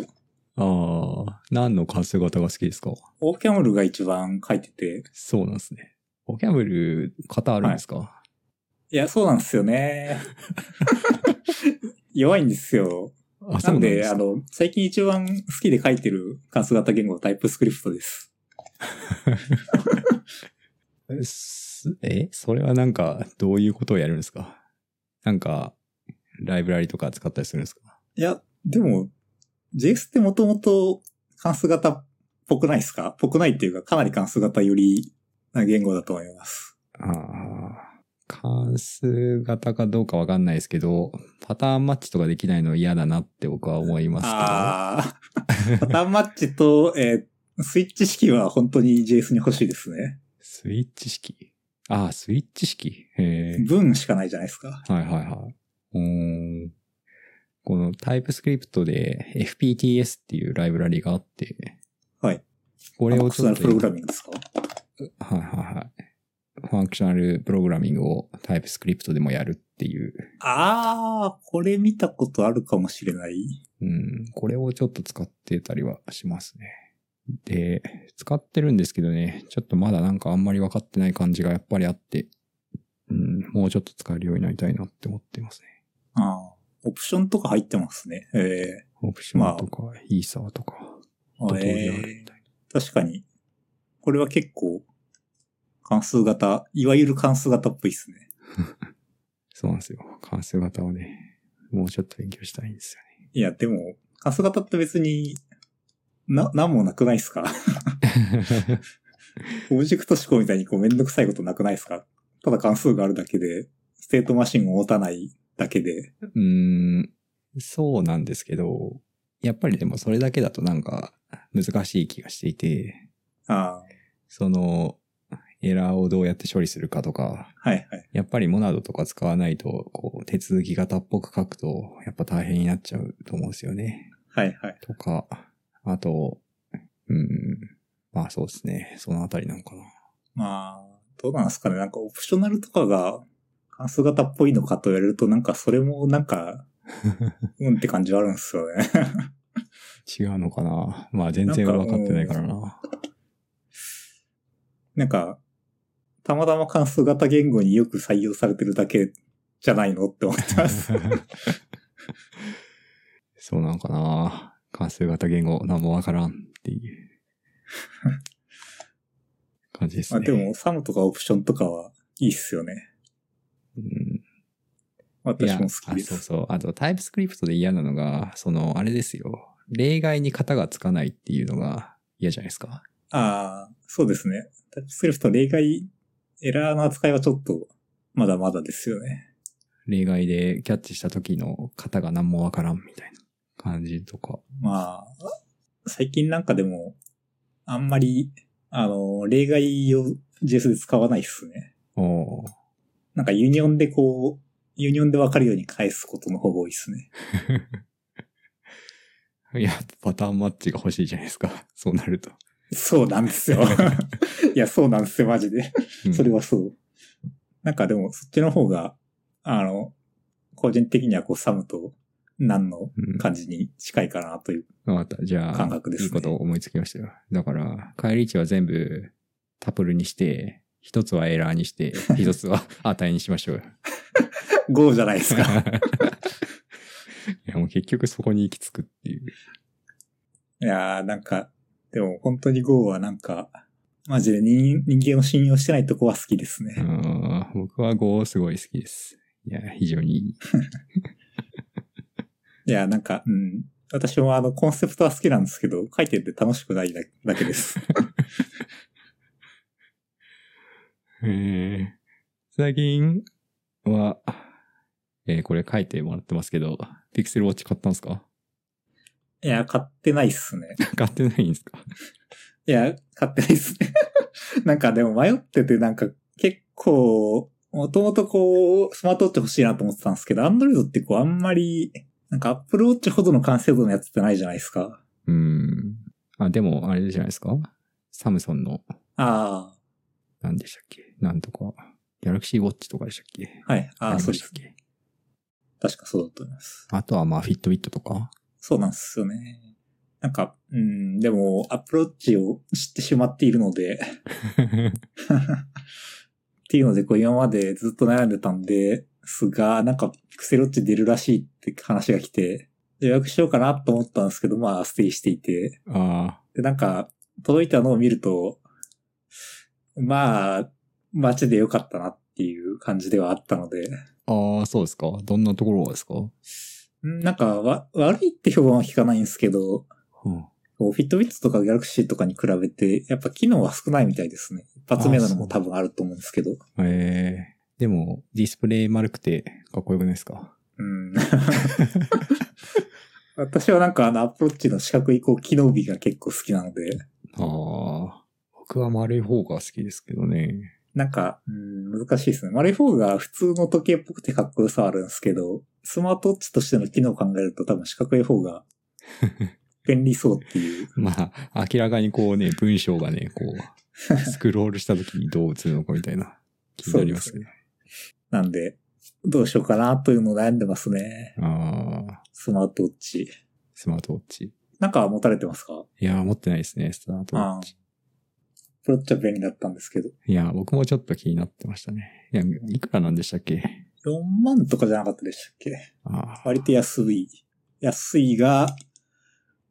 S1: ああ。何の関数型が好きですか
S2: オーキャムルが一番書いてて、
S1: そうなんですね。ボキャブル、型あるんですか、
S2: いや、そうなんですよね。 弱いんですよ。
S1: あ、
S2: な
S1: そうんなん
S2: で、
S1: です
S2: あ
S1: か
S2: の、最近一番好きで書いてる関数型言語はタイプスクリプトです。
S1: すえ、それはなんか、どういうことをやるんですかなんか、ライブラリとか使ったりするんですか
S2: いや、でも、JS ってもともと関数型っぽくないですかぽくないっていうか、かなり関数型よりな言語だと思います。
S1: あー関数型かどうかわかんないですけど、パターンマッチとかできないの嫌だなって僕は思いますけど。
S2: ああ。パターンマッチと、えースイッチ式は本当に JS に欲しいですね。
S1: スイッチ式ああ、スイッチ式へえ。
S2: 文しかないじゃないですか。
S1: はいはいはい。うーん。このタイプスクリプトで FPTS っていうライブラリがあって。
S2: はい。
S1: こ
S2: こ
S1: れをちょっと
S2: プログラミングですか
S1: はいはいはい。ファンクショナルプログラミングをタイプスクリプトでもやるっていう。
S2: ああ、これ見たことあるかもしれない。
S1: うん。これをちょっと使ってたりはしますね。で、使ってるんですけどね、ちょっとまだなんかあんまり分かってない感じがやっぱりあって、うん、もうちょっと使えるようになりたいなって思ってますね。
S2: ああ。オプションとか入ってますね。ええ
S1: オプションとか、イーサーとか、
S2: あ
S1: ドトリアルみ
S2: え
S1: た
S2: え
S1: いな。
S2: 確かに。これは結構、関数型、いわゆる関数型っぽいですね。
S1: そうなんですよ。関数型をね、もうちょっと勉強したいんですよね。
S2: いや、でも、関数型って別に、な、なんもなくないですか オブジェクト思考みたいにこうめんどくさいことなくないですかただ関数があるだけで、ステートマシンを持たないだけで。
S1: うーん、そうなんですけど、やっぱりでもそれだけだとなんか難しい気がしていて、
S2: あ
S1: その、エラーをどうやって処理するかとか、
S2: あ、はいはい。
S1: やっぱりモナドとか使わないと、こう、手続き型っぽく書くと、やっぱ大変になっちゃうと思うんですよね。
S2: はいはい。
S1: とか、あと、うん、まあそうですね。そのあたりなのかな。
S2: まあ、どうなんですかね。なんかオプショナルとかが関数型っぽいのかと言われると、なんかそれもなん か、うんって感じはあるんですよね。
S1: 違うのかなまあ全然分かってないからな。
S2: なんか、たまたま関数型言語によく採用されてるだけじゃないのって 思ってます。
S1: そうなのかな関数型言語、なんもわからんっていう感じです
S2: まあ
S1: ね。
S2: でも、サムとかオプションとかはいいっすよね。
S1: うん、い
S2: 私
S1: や
S2: も好き
S1: あ
S2: で
S1: そう
S2: す。
S1: そう。あとタイプスクリプトで嫌なのが、その、あれですよ。例外に型がつかないっていうのが嫌じゃないですか。
S2: ああ、そうですね。タイプスクリプト例外、エラーの扱いはちょっと、まだまだですよね。
S1: 例外でキャッチした時の型が何もわからんみたいな感じとか。
S2: まあ、最近なんかでも、あんまり、あの、例外を JS で使わないっすね。
S1: おー
S2: なんかユニオンでこう、ユニオンでわかるように返すことの方が多いっすね。
S1: いや、パターンマッチが欲しいじゃないですか。そうなると。
S2: そうなんで すよ。いや、そうなんですよ、マジで。
S1: うん
S2: それはそう。なんかでも、そっちの方が、あの、個人的にはこう、サムと、何の
S1: うん
S2: 感じに近いかなという。
S1: わかった。じゃあ、
S2: 感覚ですね
S1: いいことを思いつきましたよ。だから、帰り値は全部タプルにして、一つはエラーにして、 一つは値にしましょうよ。
S2: ゴーじゃないです
S1: い
S2: か。
S1: や、もう結局そこに行き着くっていう。
S2: いやー、なんか、でも本当にゴーはなんか、マジで人人間を信用してないとこは好きです
S1: う
S2: ね。
S1: ん僕は5すごい好きです。いや、非常にいい。
S2: いやー、なんか、うん。私もあの、コンセプトは好きなんですけど、書いてて楽しくないだだ けです。
S1: えー最近は、えーこれ書いてもらってますけど、ピクセルウォッチ買ったんですか
S2: いやー、買ってないっすね。
S1: 買ってないんですか
S2: いや、買ってないですね。 なんかでも迷ってて、なんか結構、もともとこう、スマートウォッチ欲しいなと思ってたんですけど、アンドロイドってこうあんまり、なんかアップルウォッチほどの完成度のやつってないじゃないですか。
S1: うん。あ、でも、あれじゃないですかサムソンの
S2: あ
S1: 何でしたっけなんとか、ギャラクシーウォッチとかでしたっけ
S2: あ、はい。ああ、
S1: り
S2: そ
S1: ま
S2: う
S1: し
S2: で
S1: たっ
S2: す。
S1: け
S2: 確かそうだと思います。
S1: あとはまあ、フィットビットとか。
S2: そうなんですよね。なんか、うん、でも、アップルウォッチを知ってしまっているので、っていうので、こう今までずっと悩んでたんですが、なんかピクセルウォッチ出るらしいって話が来て、予約しようかなと思ったんですけど、まあ、ステイしていて。
S1: ああ、
S2: で、なんか、届いたのを見ると、まあ、街でよかったなっていう感じではあったので、
S1: ああ、そうですか。どんなところがですか、
S2: んなんかわ、悪いって評判は聞かないんですけど、
S1: うん、
S2: こうフィットビットとかギャラクシーとかに比べて、やっぱ機能は少ないみたいですね。発目なのも多分あると思うんですけど。
S1: えー、でも、ディスプレイ丸くてかっこよくないですか
S2: うん。私はなんかあのアプローチの四角いこう機能美が結構好きなので、
S1: ああ、僕は丸い方が好きですけどね。
S2: なんか、うん、難しいですね。丸い方が普通の時計っぽくてかっこよさはあるんですけど、スマートウォッチとしての機能を考えると多分四角い方 が便利そうっていう。
S1: まあ、明らかにこうね、文章がね、こ う、スクロールした時にどう映るのかみたいな気になりますね。
S2: なんで、どうしようかなというのを悩んでますね。
S1: ああ、
S2: スマートウォッチ。
S1: スマートウォッチ。
S2: なんか持たれてますか
S1: いやー、持ってないですね、スマートウォッチ。
S2: アプローチは便利だったんですけど。
S1: いやー、僕もちょっと気になってましたね。いや、いくらなんでしたっけ
S2: 4万とかじゃなかったでしたっけ
S1: あー
S2: 割と安い。安いが、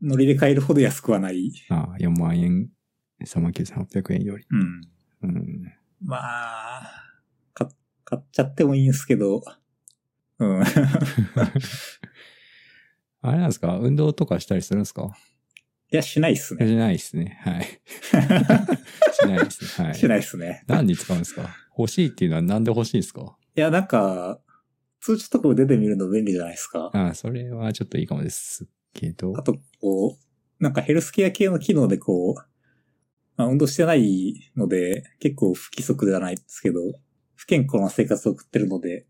S2: ノリで買えるほど安くはない。
S1: あー、4万円、39,800円より。
S2: うん。
S1: うん。
S2: まあ、か買っちゃってもいいんですけど、 うん。
S1: あれなんですか運動とかしたりするんですか
S2: いや、しないっす
S1: いや
S2: ね。
S1: しないですね。 はい。しないですね。はい。
S2: しないっすね。
S1: 何に使うんですか欲しいっていうのはなんで欲しいんですか
S2: いや、なんか、通知とかも出てみるの便利じゃないですか。
S1: ああ、それはちょっといいかもですけど
S2: あ。と、こう、なんかヘルスケア系の機能でこう、まあ、運動してないので、結構不規則じゃないですけど、不健康な生活を送ってるので、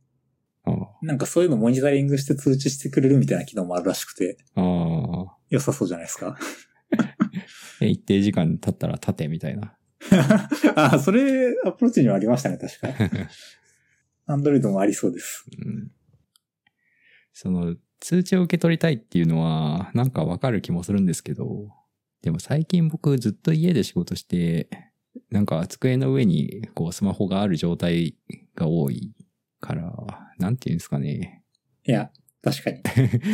S1: ああ
S2: なんかそういうのモニタリングして通知してくれるみたいな機能もあるらしくて、
S1: あ
S2: 良さそうじゃないですか。
S1: あ。え一定時間経ったら立てみたいな。
S2: あ、それ、アプローチにもありましたね、確か。 アンドロイドもありそうです。
S1: うんその、通知を受け取りたいっていうのは、なんかわかる気もするんですけど、でも最近僕ずっと家で仕事して、なんか机の上にこうスマホがある状態が多いから、なんていうんですかね。
S2: いや、確かに。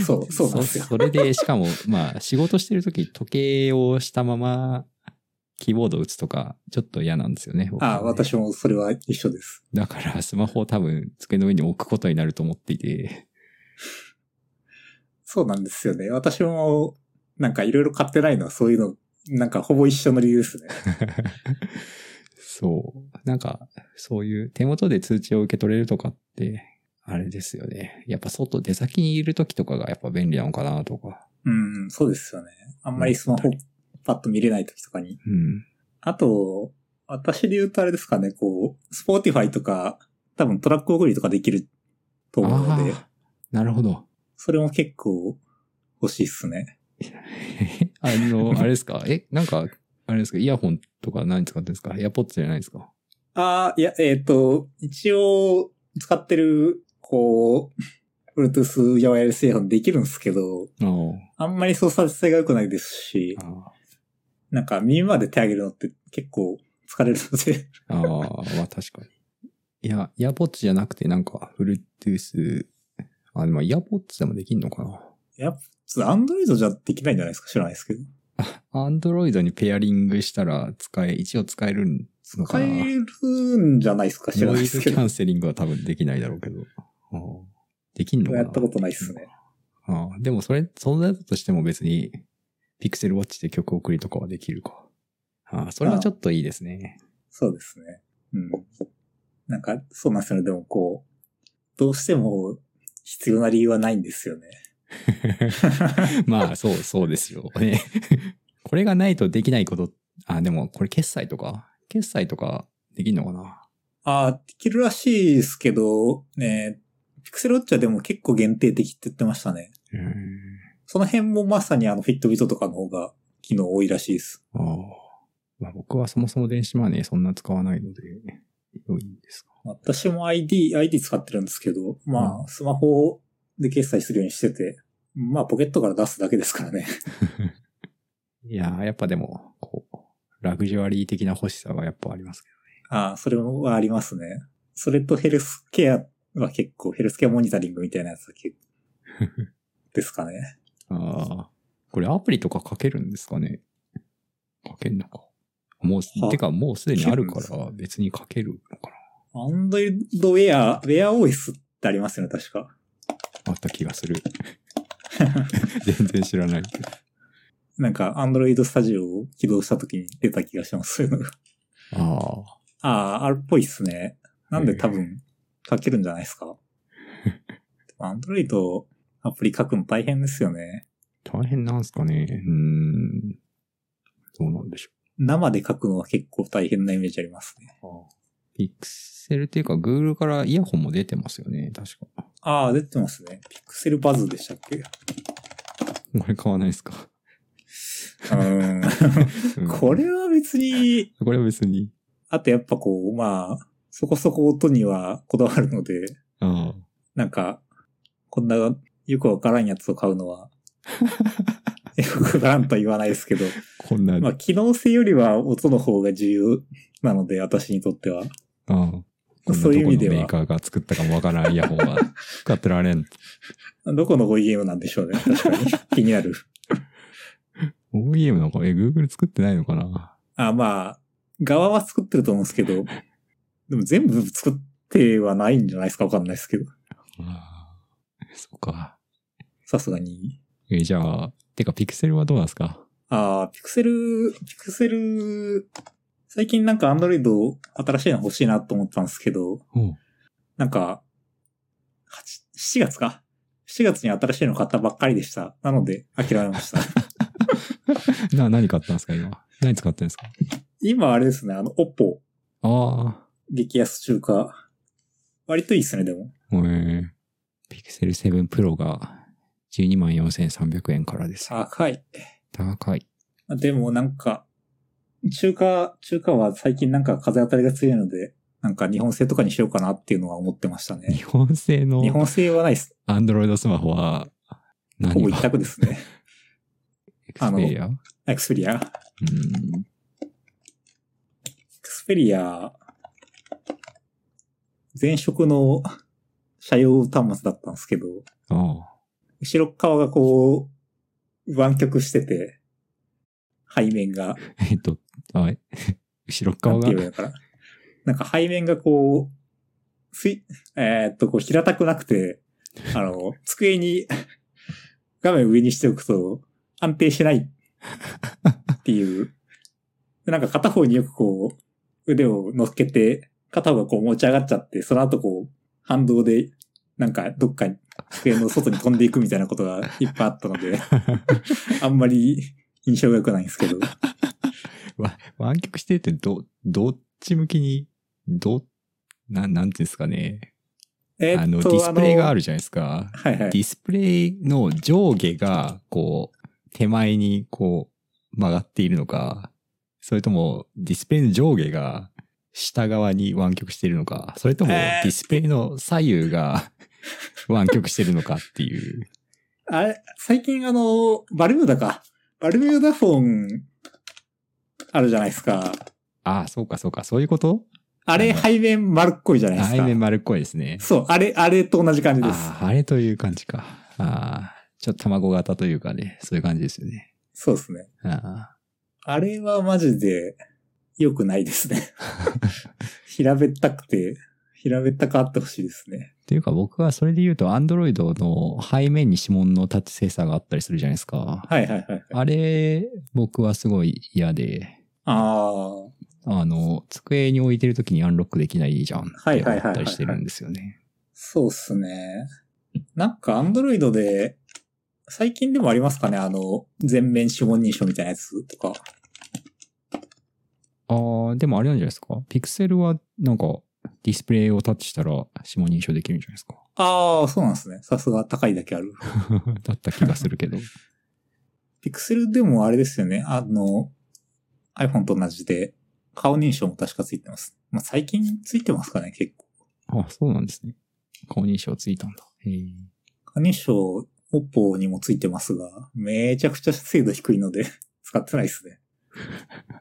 S2: そう、 そうなんですよ
S1: そ。それで、しか も、まあ仕事してる時時計をしたまま、キーボード打つとか、ちょっと嫌なんですよね。僕はね
S2: あ、私もそれは一緒です。
S1: だから、スマホを多分、机の上に置くことになると思っていて。
S2: そうなんですよね。私も、なんかいろいろ買ってないのはそういうの、なんかほぼ一緒の理由ですね。
S1: そう。なんか、そういう手元で通知を受け取れるとかって、あれですよね。やっぱ外出先にいる時とかがやっぱ便利なのかなとか。
S2: うん、そうですよね。あんまりスマホパッと見れない時とかに。
S1: うん。
S2: あと、私で言うとあれですかね、こう、スポーティファイとか、多分トラック送りとかできると思うので
S1: あ、あ、なるほど。
S2: それも結構欲しいっすね。
S1: えあの、 あれですかえ、なんか、あれですかイヤホンとか何使ってるんですかエアポッツじゃないですか
S2: ああ、いや、えっ、と、一応、使ってる、こう、Bluetooth や wireless イヤホンできるんですけど、
S1: あ
S2: あんまり操作性が良くないですし
S1: あ。、あ
S2: なんか耳まで手上げるのって結構疲れるので、
S1: あ、ああまあ確かに。いや、イヤポッツじゃなくてなんか、Bluetooth、あ、でもイヤポッツでもできんのかな
S2: アンドロイドじゃできないんじゃないですか知らないですけど。
S1: アンドロイドにペアリングしたら使え、一応使えるのか
S2: 使
S1: な
S2: えるんじゃないですか知ら
S1: ノ
S2: ない
S1: イ
S2: です
S1: ズ
S2: け
S1: キャ
S2: ど。
S1: ンセリングは多分できないだろうけど。ああできん のかな
S2: やったことないっすね。
S1: ああでもそれ、存在だとしても別に、ピクセルウォッチで曲送りとかはできるか。ああそれはちょっといいですね。
S2: そうですね。うん。なんか、そうなんですよね。でもこう、どうしても必要な理由はないんですよね。
S1: まあ、そう、そうですよ。ね。 これがないとできないこと、あ、でもこれ決済とか、決済とかできんのかな
S2: あーできるらしいですけど、ね、ピクセルウォッチはでも結構限定的って言ってましたね。
S1: うーん。
S2: その辺もまさにあのフィットビットとかの方が機能多いらしいです。
S1: ああ。まあ僕はそもそも電子マネーそんな使わないので、良いんですか。
S2: 私も ID、ID 使ってるんですけど、ま
S1: う
S2: あ、スマホで決済するようにしてて、まあ、ポケットから出すだけですからね。
S1: いやー、やっぱでも、こう、ラグジュアリー的な欲しさがやっぱありますけ
S2: ああ、それはありますね。それとヘルスケアは結構、ヘルスケアモニタリングみたいなやつだけですかね。
S1: ど。ああ。これアプリとか書けるんですかね書けんのか。もう、
S2: は
S1: てかもうすでにあるか
S2: 書ける
S1: ら別に書けるのか
S2: アンドロイドウェア、ウェア OS ってありますよね、確か。
S1: なあった気がす る。全然知らないけど。
S2: なんか、Android Studio を起動した時に出た気がします、そういうのが。
S1: ああ。
S2: ああ、あるっぽいっすね。なんで多分書けるんじゃないです か。アンドロイドアプリ書くの大変ですよね。
S1: 大変なんすかね。うーん。どうなんでしょ
S2: 生で書くのは結構大変なイメージありますね。
S1: う。ピクセルっていうか Google からイヤホンも出てますよね。確か。
S2: ああ、出てますね。ピクセルバズでしたっけう
S1: これ買わないですか。
S2: ーん。
S1: うん
S2: これは別に、
S1: これは別に。
S2: あとやっぱこう、まあ、そこそこ音にはこだわるので、
S1: ああ。
S2: なんか、こんなよくわからんやつを買うの は、よくわからんとは言わないですけど、
S1: こんな、
S2: まあ、機能性よりは音の方が重要なので、私にとっては。
S1: ああ。こんな
S2: そういう意味で
S1: どこのメ
S2: は
S1: ー、カーが作ったかもわからんイヤホンは 使ってられん。
S2: どこの OEM なんでしょうね。確かに。気になる。
S1: OEM なんか、え、Google 作ってないのかな
S2: あ、まあ、側は作ってると思うんですけど、でも全部作ってはないんじゃないですかわかんないですけど。
S1: ああ。そうか。
S2: さすがに。
S1: え、じゃあ、てか、ピクセルはどうなんですか
S2: ああ、ピクセル、ピクセル、最近なんか Android 新しいの欲しいなと思ったんですけど、
S1: うん。
S2: なんか、8 7月か ?7 月に新しいの買ったばっかりでした。なので、諦めました。
S1: な、何買ったんですか、今。何使ってんですか
S2: 今あれですね、あの、OPPO、
S1: あ
S2: 激安中華。割といいですね、でも。
S1: あ。えー、ピクセル7 Pro が12万4300円からです。
S2: 高い。
S1: 高い。
S2: でもなんか、中華、中華は最近なんか風当たりが強いので、なんか日本製とかにしようかなっていうのは思ってましたね。
S1: 日本製の
S2: 日本製はないです。
S1: Android スマホは
S2: ほ
S1: 何
S2: ぼ
S1: が
S2: 一択ですね。 あの
S1: Xperia? う
S2: エクスペリア。エ
S1: ん。
S2: クスペリア、前職の車用端末だったんですけど、
S1: ああ。
S2: 後ろ側がこう、湾曲してて、背面が、
S1: えっと、あえ 後ろ
S2: なん
S1: 側
S2: て言
S1: が
S2: えばいいのかな。なんか背面がこう、すい、えーっと、こう平たくなくて、あの、机に画面を上にしておくと安定しないっていう。でなんか片方によくこう、腕を乗っけて、片方がこう持ち上がっちゃって、その後こう、反動で、なんかどっかに、机の外に飛んでいくみたいなことがいっぱいあった ので、あんまり印象が良くないんですけど。
S1: わ湾曲してて、ど、どっち向きに、ど、なん、なんていうんですかね。
S2: え
S1: あの、ディスプレイがあ
S2: る。
S1: るじゃないですか。
S2: はいはい
S1: デ。ィスプレイの上下が、こう、手前にこう、曲がっているのか、それとも、ディスプレイの上下が、下側に湾曲しているのか、それとも、
S2: え
S1: デ
S2: ー
S1: ィスプレイの左右 が、湾曲しているのかっていう。
S2: あれ、最近あの、バルミューダか。バルミューダフォン、あるじゃないですか。
S1: ああ、そうかそうか、そういうこと
S2: あれ、
S1: はい
S2: 背面丸っこいじゃないですか。
S1: 背面丸っこいですね。
S2: そう、あれ、あれと同じ感じです。
S1: ああ、あれという感じか。ああ、ちょっと卵型というかね、そういう感じですよね。
S2: そうですね。
S1: あ
S2: あれはマジで、良くないです ね。
S1: あ。
S2: 平べったくて、平べったくあってほしいですね。
S1: っていうか僕はそれで言うと、アンドロイドの背面に指紋のタッチセンサーがあったりするじゃないですか。
S2: はいはいはいはい。
S1: あれ、僕はすごい嫌で、
S2: あ
S1: あの、机に置いてる時にアンロックできないじゃん。
S2: はいはいはいはい
S1: って思ったりしてるんですよね。
S2: そうっすね。なんか、アンドロイドで、最近でもありますかねあの、全面指紋認証みたいなやつとか。
S1: ああ、でもあれなんじゃないですか。ピクセルはなんか、ディスプレイをタッチしたら指紋認証できるんじゃないですか。
S2: ああ、そうなんですね。さすが高いだけある。
S1: だった気がするけど。
S2: ピクセルでもあれですよね。あの、iPhone と同じで、顔認証も確かついてます。まあ、最近ついてますかね、結構。
S1: あそうなんですね。顔認証ついたんだ。へえ。
S2: 顔認証、OPPO にもついてますが、めちゃくちゃ精度低いので、 使ってないですね。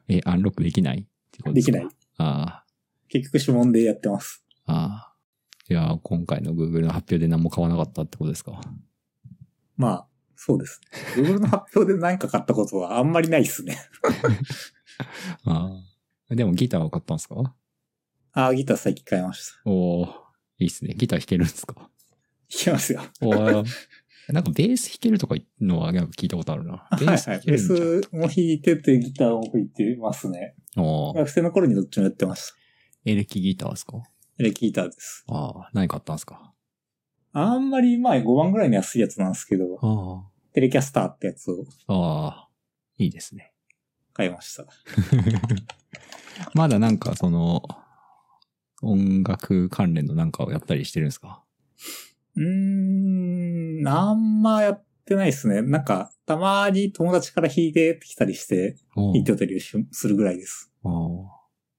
S1: え、アンロックできないってことですか
S2: できない。
S1: あ
S2: 結局指紋でやってます。
S1: あ、ああ。じゃあ、今回の Google の発表で何も買わなかったってことですか
S2: まあ、そうですね。Google の発表で何か買ったことはあんまりないですね。
S1: ああ。でもギターは買ったんですか
S2: ああ、ギター最近買いました。
S1: おおいいっすね。ギター弾けるんですか
S2: 弾きますよ。
S1: おおなんかベース弾けるとかのはなんか聞いたことあるな。
S2: はい
S1: ベ
S2: は
S1: ー
S2: い。
S1: ス弾け
S2: ベ
S1: るんじゃん。
S2: ースも弾いてて、ギターも弾いてますね。
S1: おー
S2: 学生の頃にどっちもやってました。
S1: エレキギターですか
S2: エレキギターです。
S1: ああ、何買ったんですか
S2: あんまり前5万ぐらいの安いやつなんですけど、
S1: あ
S2: テレキャスターってやつを
S1: あ、ああ、いいですね。
S2: 買いました。
S1: まだなんかその、音楽関連のなんかをやったりしてるんですか
S2: うーん、あんまやってないですね。なんか、たまに友達から弾いてきたりして、
S1: おう
S2: 弾いてたりしするぐらいです。
S1: ああ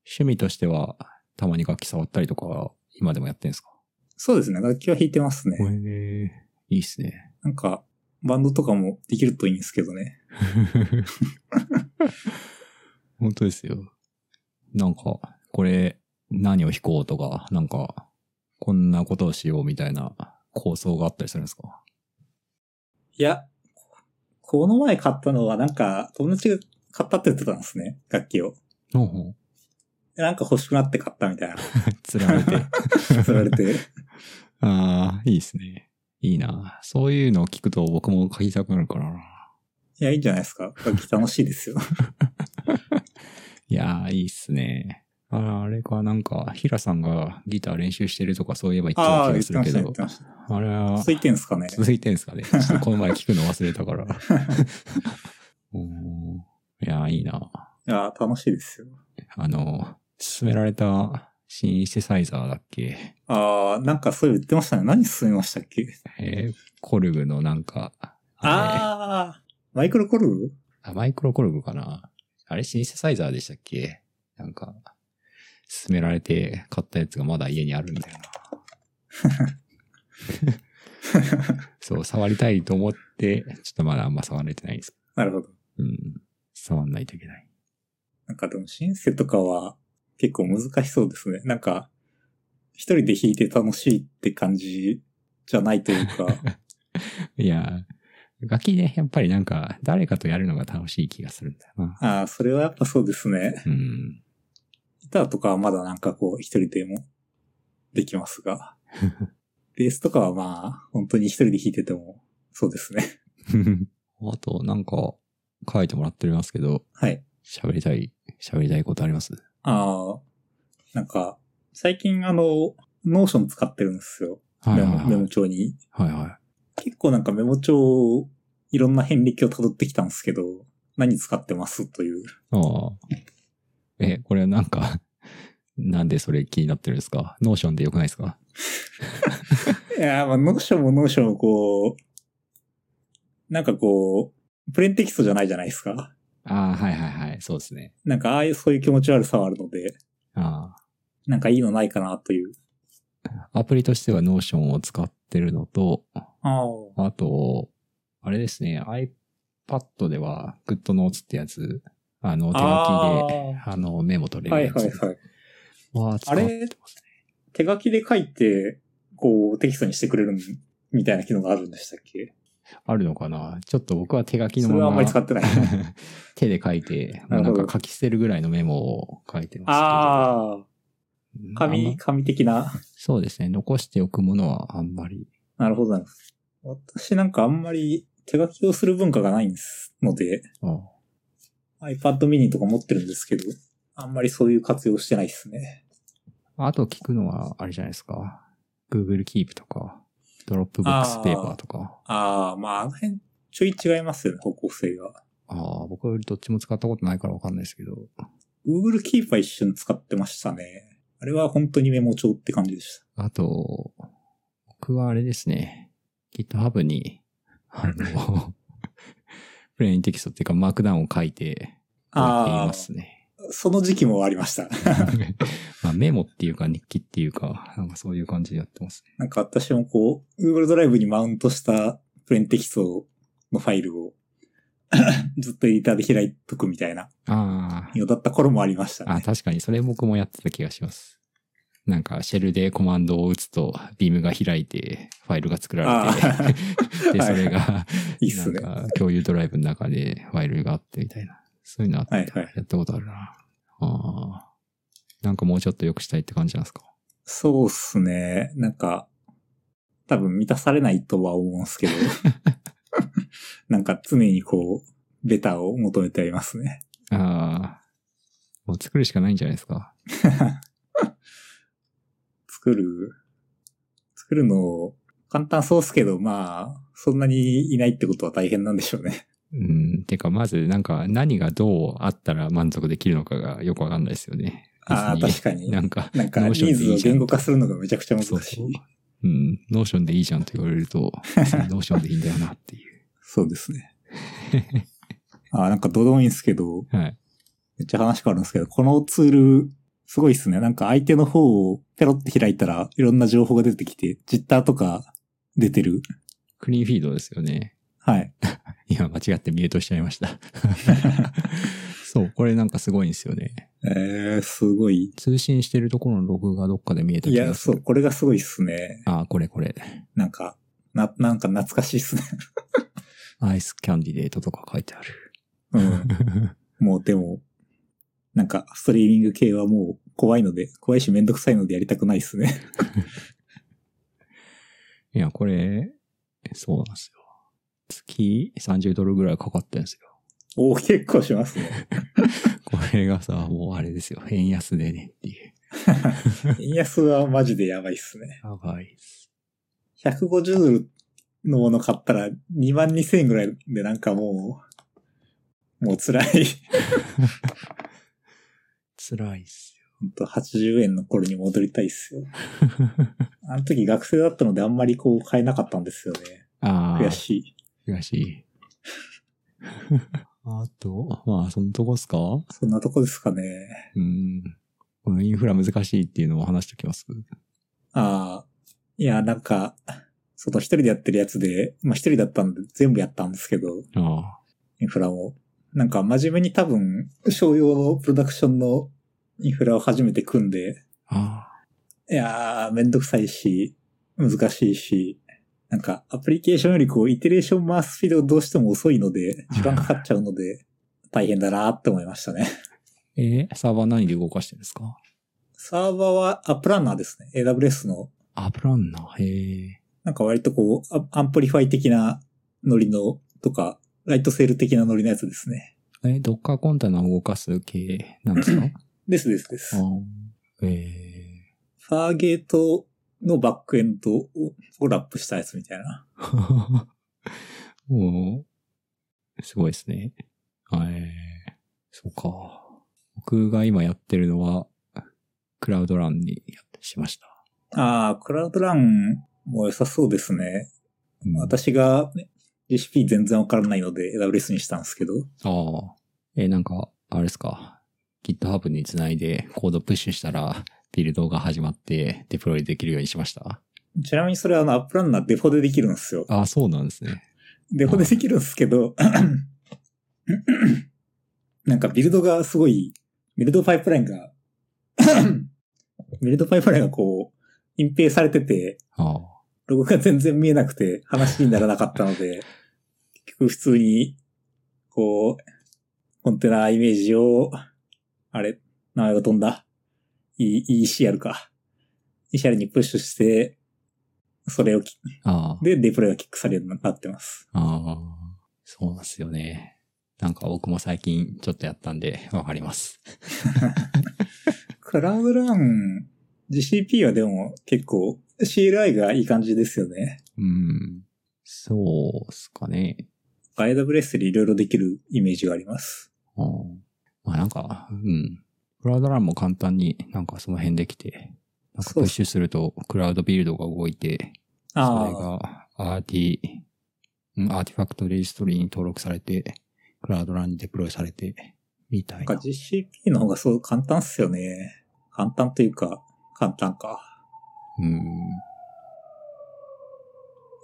S1: 趣味としては、たまに楽器触ったりとか、今でもやってるんですか
S2: そうですね。楽器は弾いてますね。
S1: へえ、いいっすね。
S2: なんか、バンドとかもできるといいんですけどね。
S1: 本当ですよ。なんか、これ、何を弾こうとか、なんか、こんなことをしようみたいな構想があったりするんですか
S2: いや、この前買ったのはなんか、友達が買ったって言ってたんですね。楽器を。
S1: ほうほう。
S2: でなんか欲しくなって買ったみたいな。
S1: 釣られ て。
S2: 釣られて。
S1: ああ、いいですね。いいな。そういうのを聞くと僕も書きたくなるからな。
S2: いや、いいんじゃないですか。楽器楽しいですよ。
S1: いやー、いいっすね。ああれか、なんか、ヒラさんがギター練習してるとかそういえば言って
S2: あ
S1: た気
S2: あ、言
S1: が
S2: っ
S1: す
S2: て
S1: る
S2: ま
S1: け
S2: した、言
S1: ど
S2: って、ました。
S1: あれは
S2: 続いてんすかね。
S1: 続いてんすか ね。ちょっとこの前聞くの忘れたから。おーいやー、いいな。
S2: いや、楽しいですよ。
S1: あの、勧められた新シンセサイザーだっけ
S2: ああ、なんかそういう言ってましたね。何進めましたっけ
S1: えーコルグのなんか、あ
S2: ああ、マイクロコルブ
S1: れあマイクロコルグかなあれシンセサイザーでしたっけなんか、勧められて買ったやつがまだ家にあるん だよな。そう、触りたいと思って、ちょっとまだあんま触れてないんです。
S2: なるほど。
S1: うん。触んないといけない。
S2: なんかでもシンセとかは結構難しそうですね。なんか、一人で弾いて楽しいって感じじゃないというか。
S1: いや、楽器ね、やっぱりなんか、誰かとやるのが楽しい気がするんだよな。
S2: ああ、それはやっぱそうですね。
S1: うん。
S2: ギターとかはまだなんかこう一人でもできますが。ベースとかはまあ、本当に一人で弾いてても、そうですね。
S1: あと、なんか、書いてもらってますけど、
S2: はい。
S1: 喋りたい、喋りたいことあります
S2: ああ、なんか、最近あの、ノーション使ってるんですよ。
S1: はい
S2: メ
S1: はい
S2: モメ
S1: は
S2: モ
S1: い。
S2: 帳に。
S1: はいは
S2: 結構なんかメモ帳をいろんな遍歴を辿ってきたんですけど、何使ってますという。
S1: い。ああ。え、これはなんか、 なんでそれ気になってるんですかノーションでよくないですか
S2: いやー、まあ、ノーションもノーションもこう、なんかこう、プレーンテキストじゃないじゃないですか。
S1: ああ、はいはいはい。そうですね。
S2: なんかああいうそういう気持ち悪さはあるので、
S1: あ
S2: なんかいいのないかなという。
S1: あ。アプリとしてはノーションを使ってるのと、
S2: ああ。
S1: あと、あれですね、iPad では GoodNotes ってやつ、あの、手書きで、あの、メモ取れ
S2: は
S1: る
S2: い
S1: やつ。
S2: はいはい。
S1: は使
S2: あ
S1: って
S2: れ
S1: ます
S2: 手書きで書いて、こう、テキストにしてくれるみたいな機能があるんでしたっけ
S1: あるのかなちょっと僕は手書きの
S2: それは あ
S1: ま
S2: ん
S1: ま
S2: まり使ってない。
S1: 手で書いて、
S2: なる
S1: な
S2: ほ
S1: ん
S2: ど
S1: か書き捨てるぐらいのメモを書いてますけど。
S2: ああ、
S1: うんあん
S2: 紙、
S1: ま
S2: 紙的な。
S1: そうですね。残しておくものはあんまり。
S2: なるほどなるほど。私なんかあんまり手書きをする文化がないんですので、
S1: あ
S2: iPad mini とか持ってるんですけど、あんまりそういう活用してないですね。
S1: あと聞くのは、あれじゃないですか。Google Keep とか、Dropbox
S2: あー
S1: ペーパーとか。
S2: ああ、まああの辺ちょい違いますよね、方向性が。
S1: ああ、僕はどっちも使ったことないからわかんないですけど。
S2: Google Keep は一瞬使ってましたね。あれは本当にメモ帳って感じでした。
S1: あと、僕はあれですね。GitHub に、あ の、プレインテキストっていうか、マークダウンを書いて、やってい
S2: ああ
S1: ま、す ね。
S2: その時期もありました。
S1: まあ、メモっていうか日記っていうか、なんかそういう感じでやってますね。
S2: なんか私もこう、Google ドライブにマウントしたプレーンテキストのファイルを ずっとエディターで開いとくみたいな
S1: あ
S2: よだった頃もありました
S1: あ。あ、
S2: ね。
S1: 確かにそれ僕もやってた気がします。なんか、シェルでコマンドを打つと、ビームが開いて、ファイルが作られ
S2: あ
S1: て、で、
S2: はい
S1: それが、
S2: いいっすね。
S1: なんか、共有ドライブの中でファイルがあってみたいな。そういうのあった、
S2: はいはい
S1: やったことあるな。ああ。なんかもうちょっと良くしたいって感じなんですか
S2: そうっすね。なんか、多分満たされないとは思うん すけど。なんか常にこう、ベタを求めてありますね。
S1: ああ。もう作るしかないんじゃないですか。
S2: 作る、作るの簡単そうっすけど、まあ、そんなにいないってことは大変なんでしょうね。
S1: うん。てか、まず、なんか、何がどうあったら満足できるのかがよくわかんないですよね。
S2: ああ、
S1: 別
S2: 確かに。
S1: なんか、
S2: なんか、ニ
S1: Notion
S2: ー
S1: で
S2: ズ
S1: い
S2: を
S1: いじゃん
S2: 言語化するのがめちゃくちゃ難しい。
S1: そうそう。うん。ノーションでいいじゃんと言われる と、ノーションでいいんだよなっていう。
S2: そうですね。あーなんかどうでもいいんですけど、
S1: はい。
S2: めっちゃ話変わるんですけど、このツール、すごいっすね。なんか相手の方をペロって開いたらいろんな情報が出てきて、ジッターとか出てる。
S1: クリーンフィードですよね。
S2: はい。
S1: 今間違ってミュートしちゃい ました。そう、これなんかすごいんですよね。
S2: えー、すごい。
S1: 通信してるところのログがどっかで見えた
S2: い
S1: 気
S2: や、
S1: がす
S2: そ
S1: る。
S2: う、これがすごいっすね。
S1: ああ、これこれ。
S2: なんか、な、なんか懐かしいっ すね。
S1: アイスキャンディデートとか書いてある。
S2: うん。 もうでも、なんかストリーミング系はもう怖いので、怖いしめんどくさいのでやりたくないっすね。
S1: いや、これ、そうなんですよ。月30ドルぐらいかかってんですよ。
S2: おお、結構しますね。
S1: これがさ、もうあれですよ。円安でねっていう。
S2: 円安はマジでやばいっすね。
S1: やばいです。
S2: 150ドルのもの買ったら2万2000円ぐらいでなんかもう、もう辛い。
S1: 辛いっす
S2: ほんと80円の頃に戻りたいっすよ。
S1: よ。
S2: あの時学生だったのであんまりこう買えなかったんですよね。
S1: あ
S2: 悔
S1: あ、
S2: しい。
S1: 悔しい。 あと、まあ、そのとこっすか
S2: そんなとこですかね。
S1: うん。このインフラ難しいっていうのを話しておきます。
S2: ああ、いや、なんか、その一人でやってるやつで、まあ一人だったんで全部やったんですけど、
S1: あ
S2: インフラを。なんか真面目に多分、商用のプロダクションのインフラを初めて組んで、
S1: あ。あ
S2: いやー、めんどくさいし、難しいし、なんかアプリケーションよりこう、イテレーション回すスピードがどうしても遅いので、時間かかっちゃうので、大変だなーって思いましたね。
S1: あ。えーサーバー何で動かしてるんですか
S2: サーバーは、アプランナーですね。AWS の
S1: アプランナー。へえ。
S2: なんか割とこう、アアンプリファイ的なノリの、とか、ライトセール的なノリのやつですね。
S1: え、ドッカーコンテナを動かす系なん ですか
S2: ですですで
S1: あ
S2: す。
S1: ーえ
S2: ファーゲートのバックエンドををラップしたやつみたいな。
S1: ー。もう、すごいですね。あえー、そうか。僕が今やってるのは、クラウドランにやってしました。
S2: ああ、クラウドランも良さそうですね。
S1: うん
S2: 私が GCP 全然わからないので AWS にしたんですけど。
S1: ああ。えーなんか、あれですか。GitHub につないでコードプッシュしたら、ビルドが始まってデプロイできるようにしました。
S2: ちなみにそれはあのアップランナーデフォでできるんですよ。
S1: ああ、そうなんですね。
S2: デフォでできるんですけど、 なんかビルドがすごい、ビルドパイプラインが、 ビルドパイプラインがこう、隠蔽されてて、
S1: あ
S2: ロゴが全然見えなくて話にならなかったので、結局普通に、こう、コンテナイメージを、あれ、名前が飛んだ。E- ECR か。ECR にプッシュして、それをき、
S1: あ。ああ。
S2: で、デプロイがキックされるようになってます。
S1: ああ。そうなんですよね。なんか僕も最近ちょっとやったんで、わかります。
S2: クラウドラン、GCP はでも結構 CLI がいい感じですよね。
S1: うん。そうっすかね。
S2: AWS でいろいろできるイメージがあります。
S1: うんまあなんか、うん。クラウドランも簡単になんかその辺できて、なんかプッシュするとクラウドビルドが動いて、それ
S2: ああ、
S1: がアーティ、うんアーティファクトレジストリーに登録されて、クラウドランにデプロイされて、みた
S2: ないんか
S1: な。
S2: GCP の方がそう簡単っすよね。簡単というか、簡単か。
S1: うん。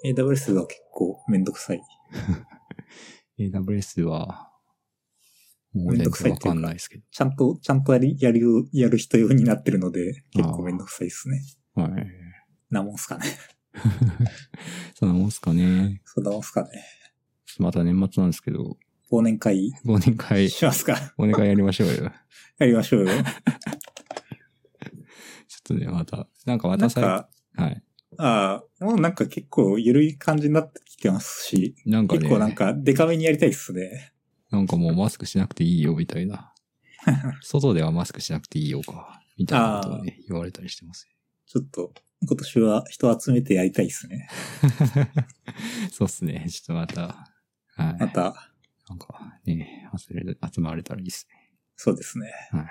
S2: AWS が結構めんどくさい。
S1: AWS は、もう
S2: めん
S1: 全
S2: どくさ
S1: 部
S2: いっ
S1: わ
S2: ていう
S1: か
S2: か
S1: んないですけ
S2: ちゃんと、ちゃんとやり、やる、やる人用になってるので、結構めんどくさいですね。
S1: ど。はい。
S2: なもんすかね。
S1: そんなもんすかね。
S2: そんなもんすかね。
S1: ちょっとまた年末なんですけど、
S2: 忘年会
S1: 忘年 会、
S2: しますか。
S1: 忘年会やりましょうよ。
S2: やりまし ょうよ。
S1: ちょっとね、また、なんかま
S2: な
S1: た
S2: ん
S1: さ、
S2: か、
S1: はい。
S2: ああ、もうなんか結構緩い感じになってきてますし、
S1: なんかね、
S2: 結構なんかデカめにやりたいっすね。
S1: なんかもうマスクしなくていいよみたい な。外ではマスクしなくていいよか、みたいなことをね、言われたりしてます。
S2: ちょっと、今年は人集めてやりたいですね。
S1: そうっすね。ちょっとまた、はい。
S2: また、
S1: なんかね、集める集まれたらいいですね。
S2: そうですね。
S1: はい。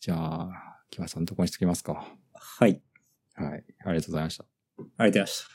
S1: じゃあ、木場さんのとこにしときますか。
S2: はい。
S1: はい。ありがとうございました。
S2: ありがとうございました。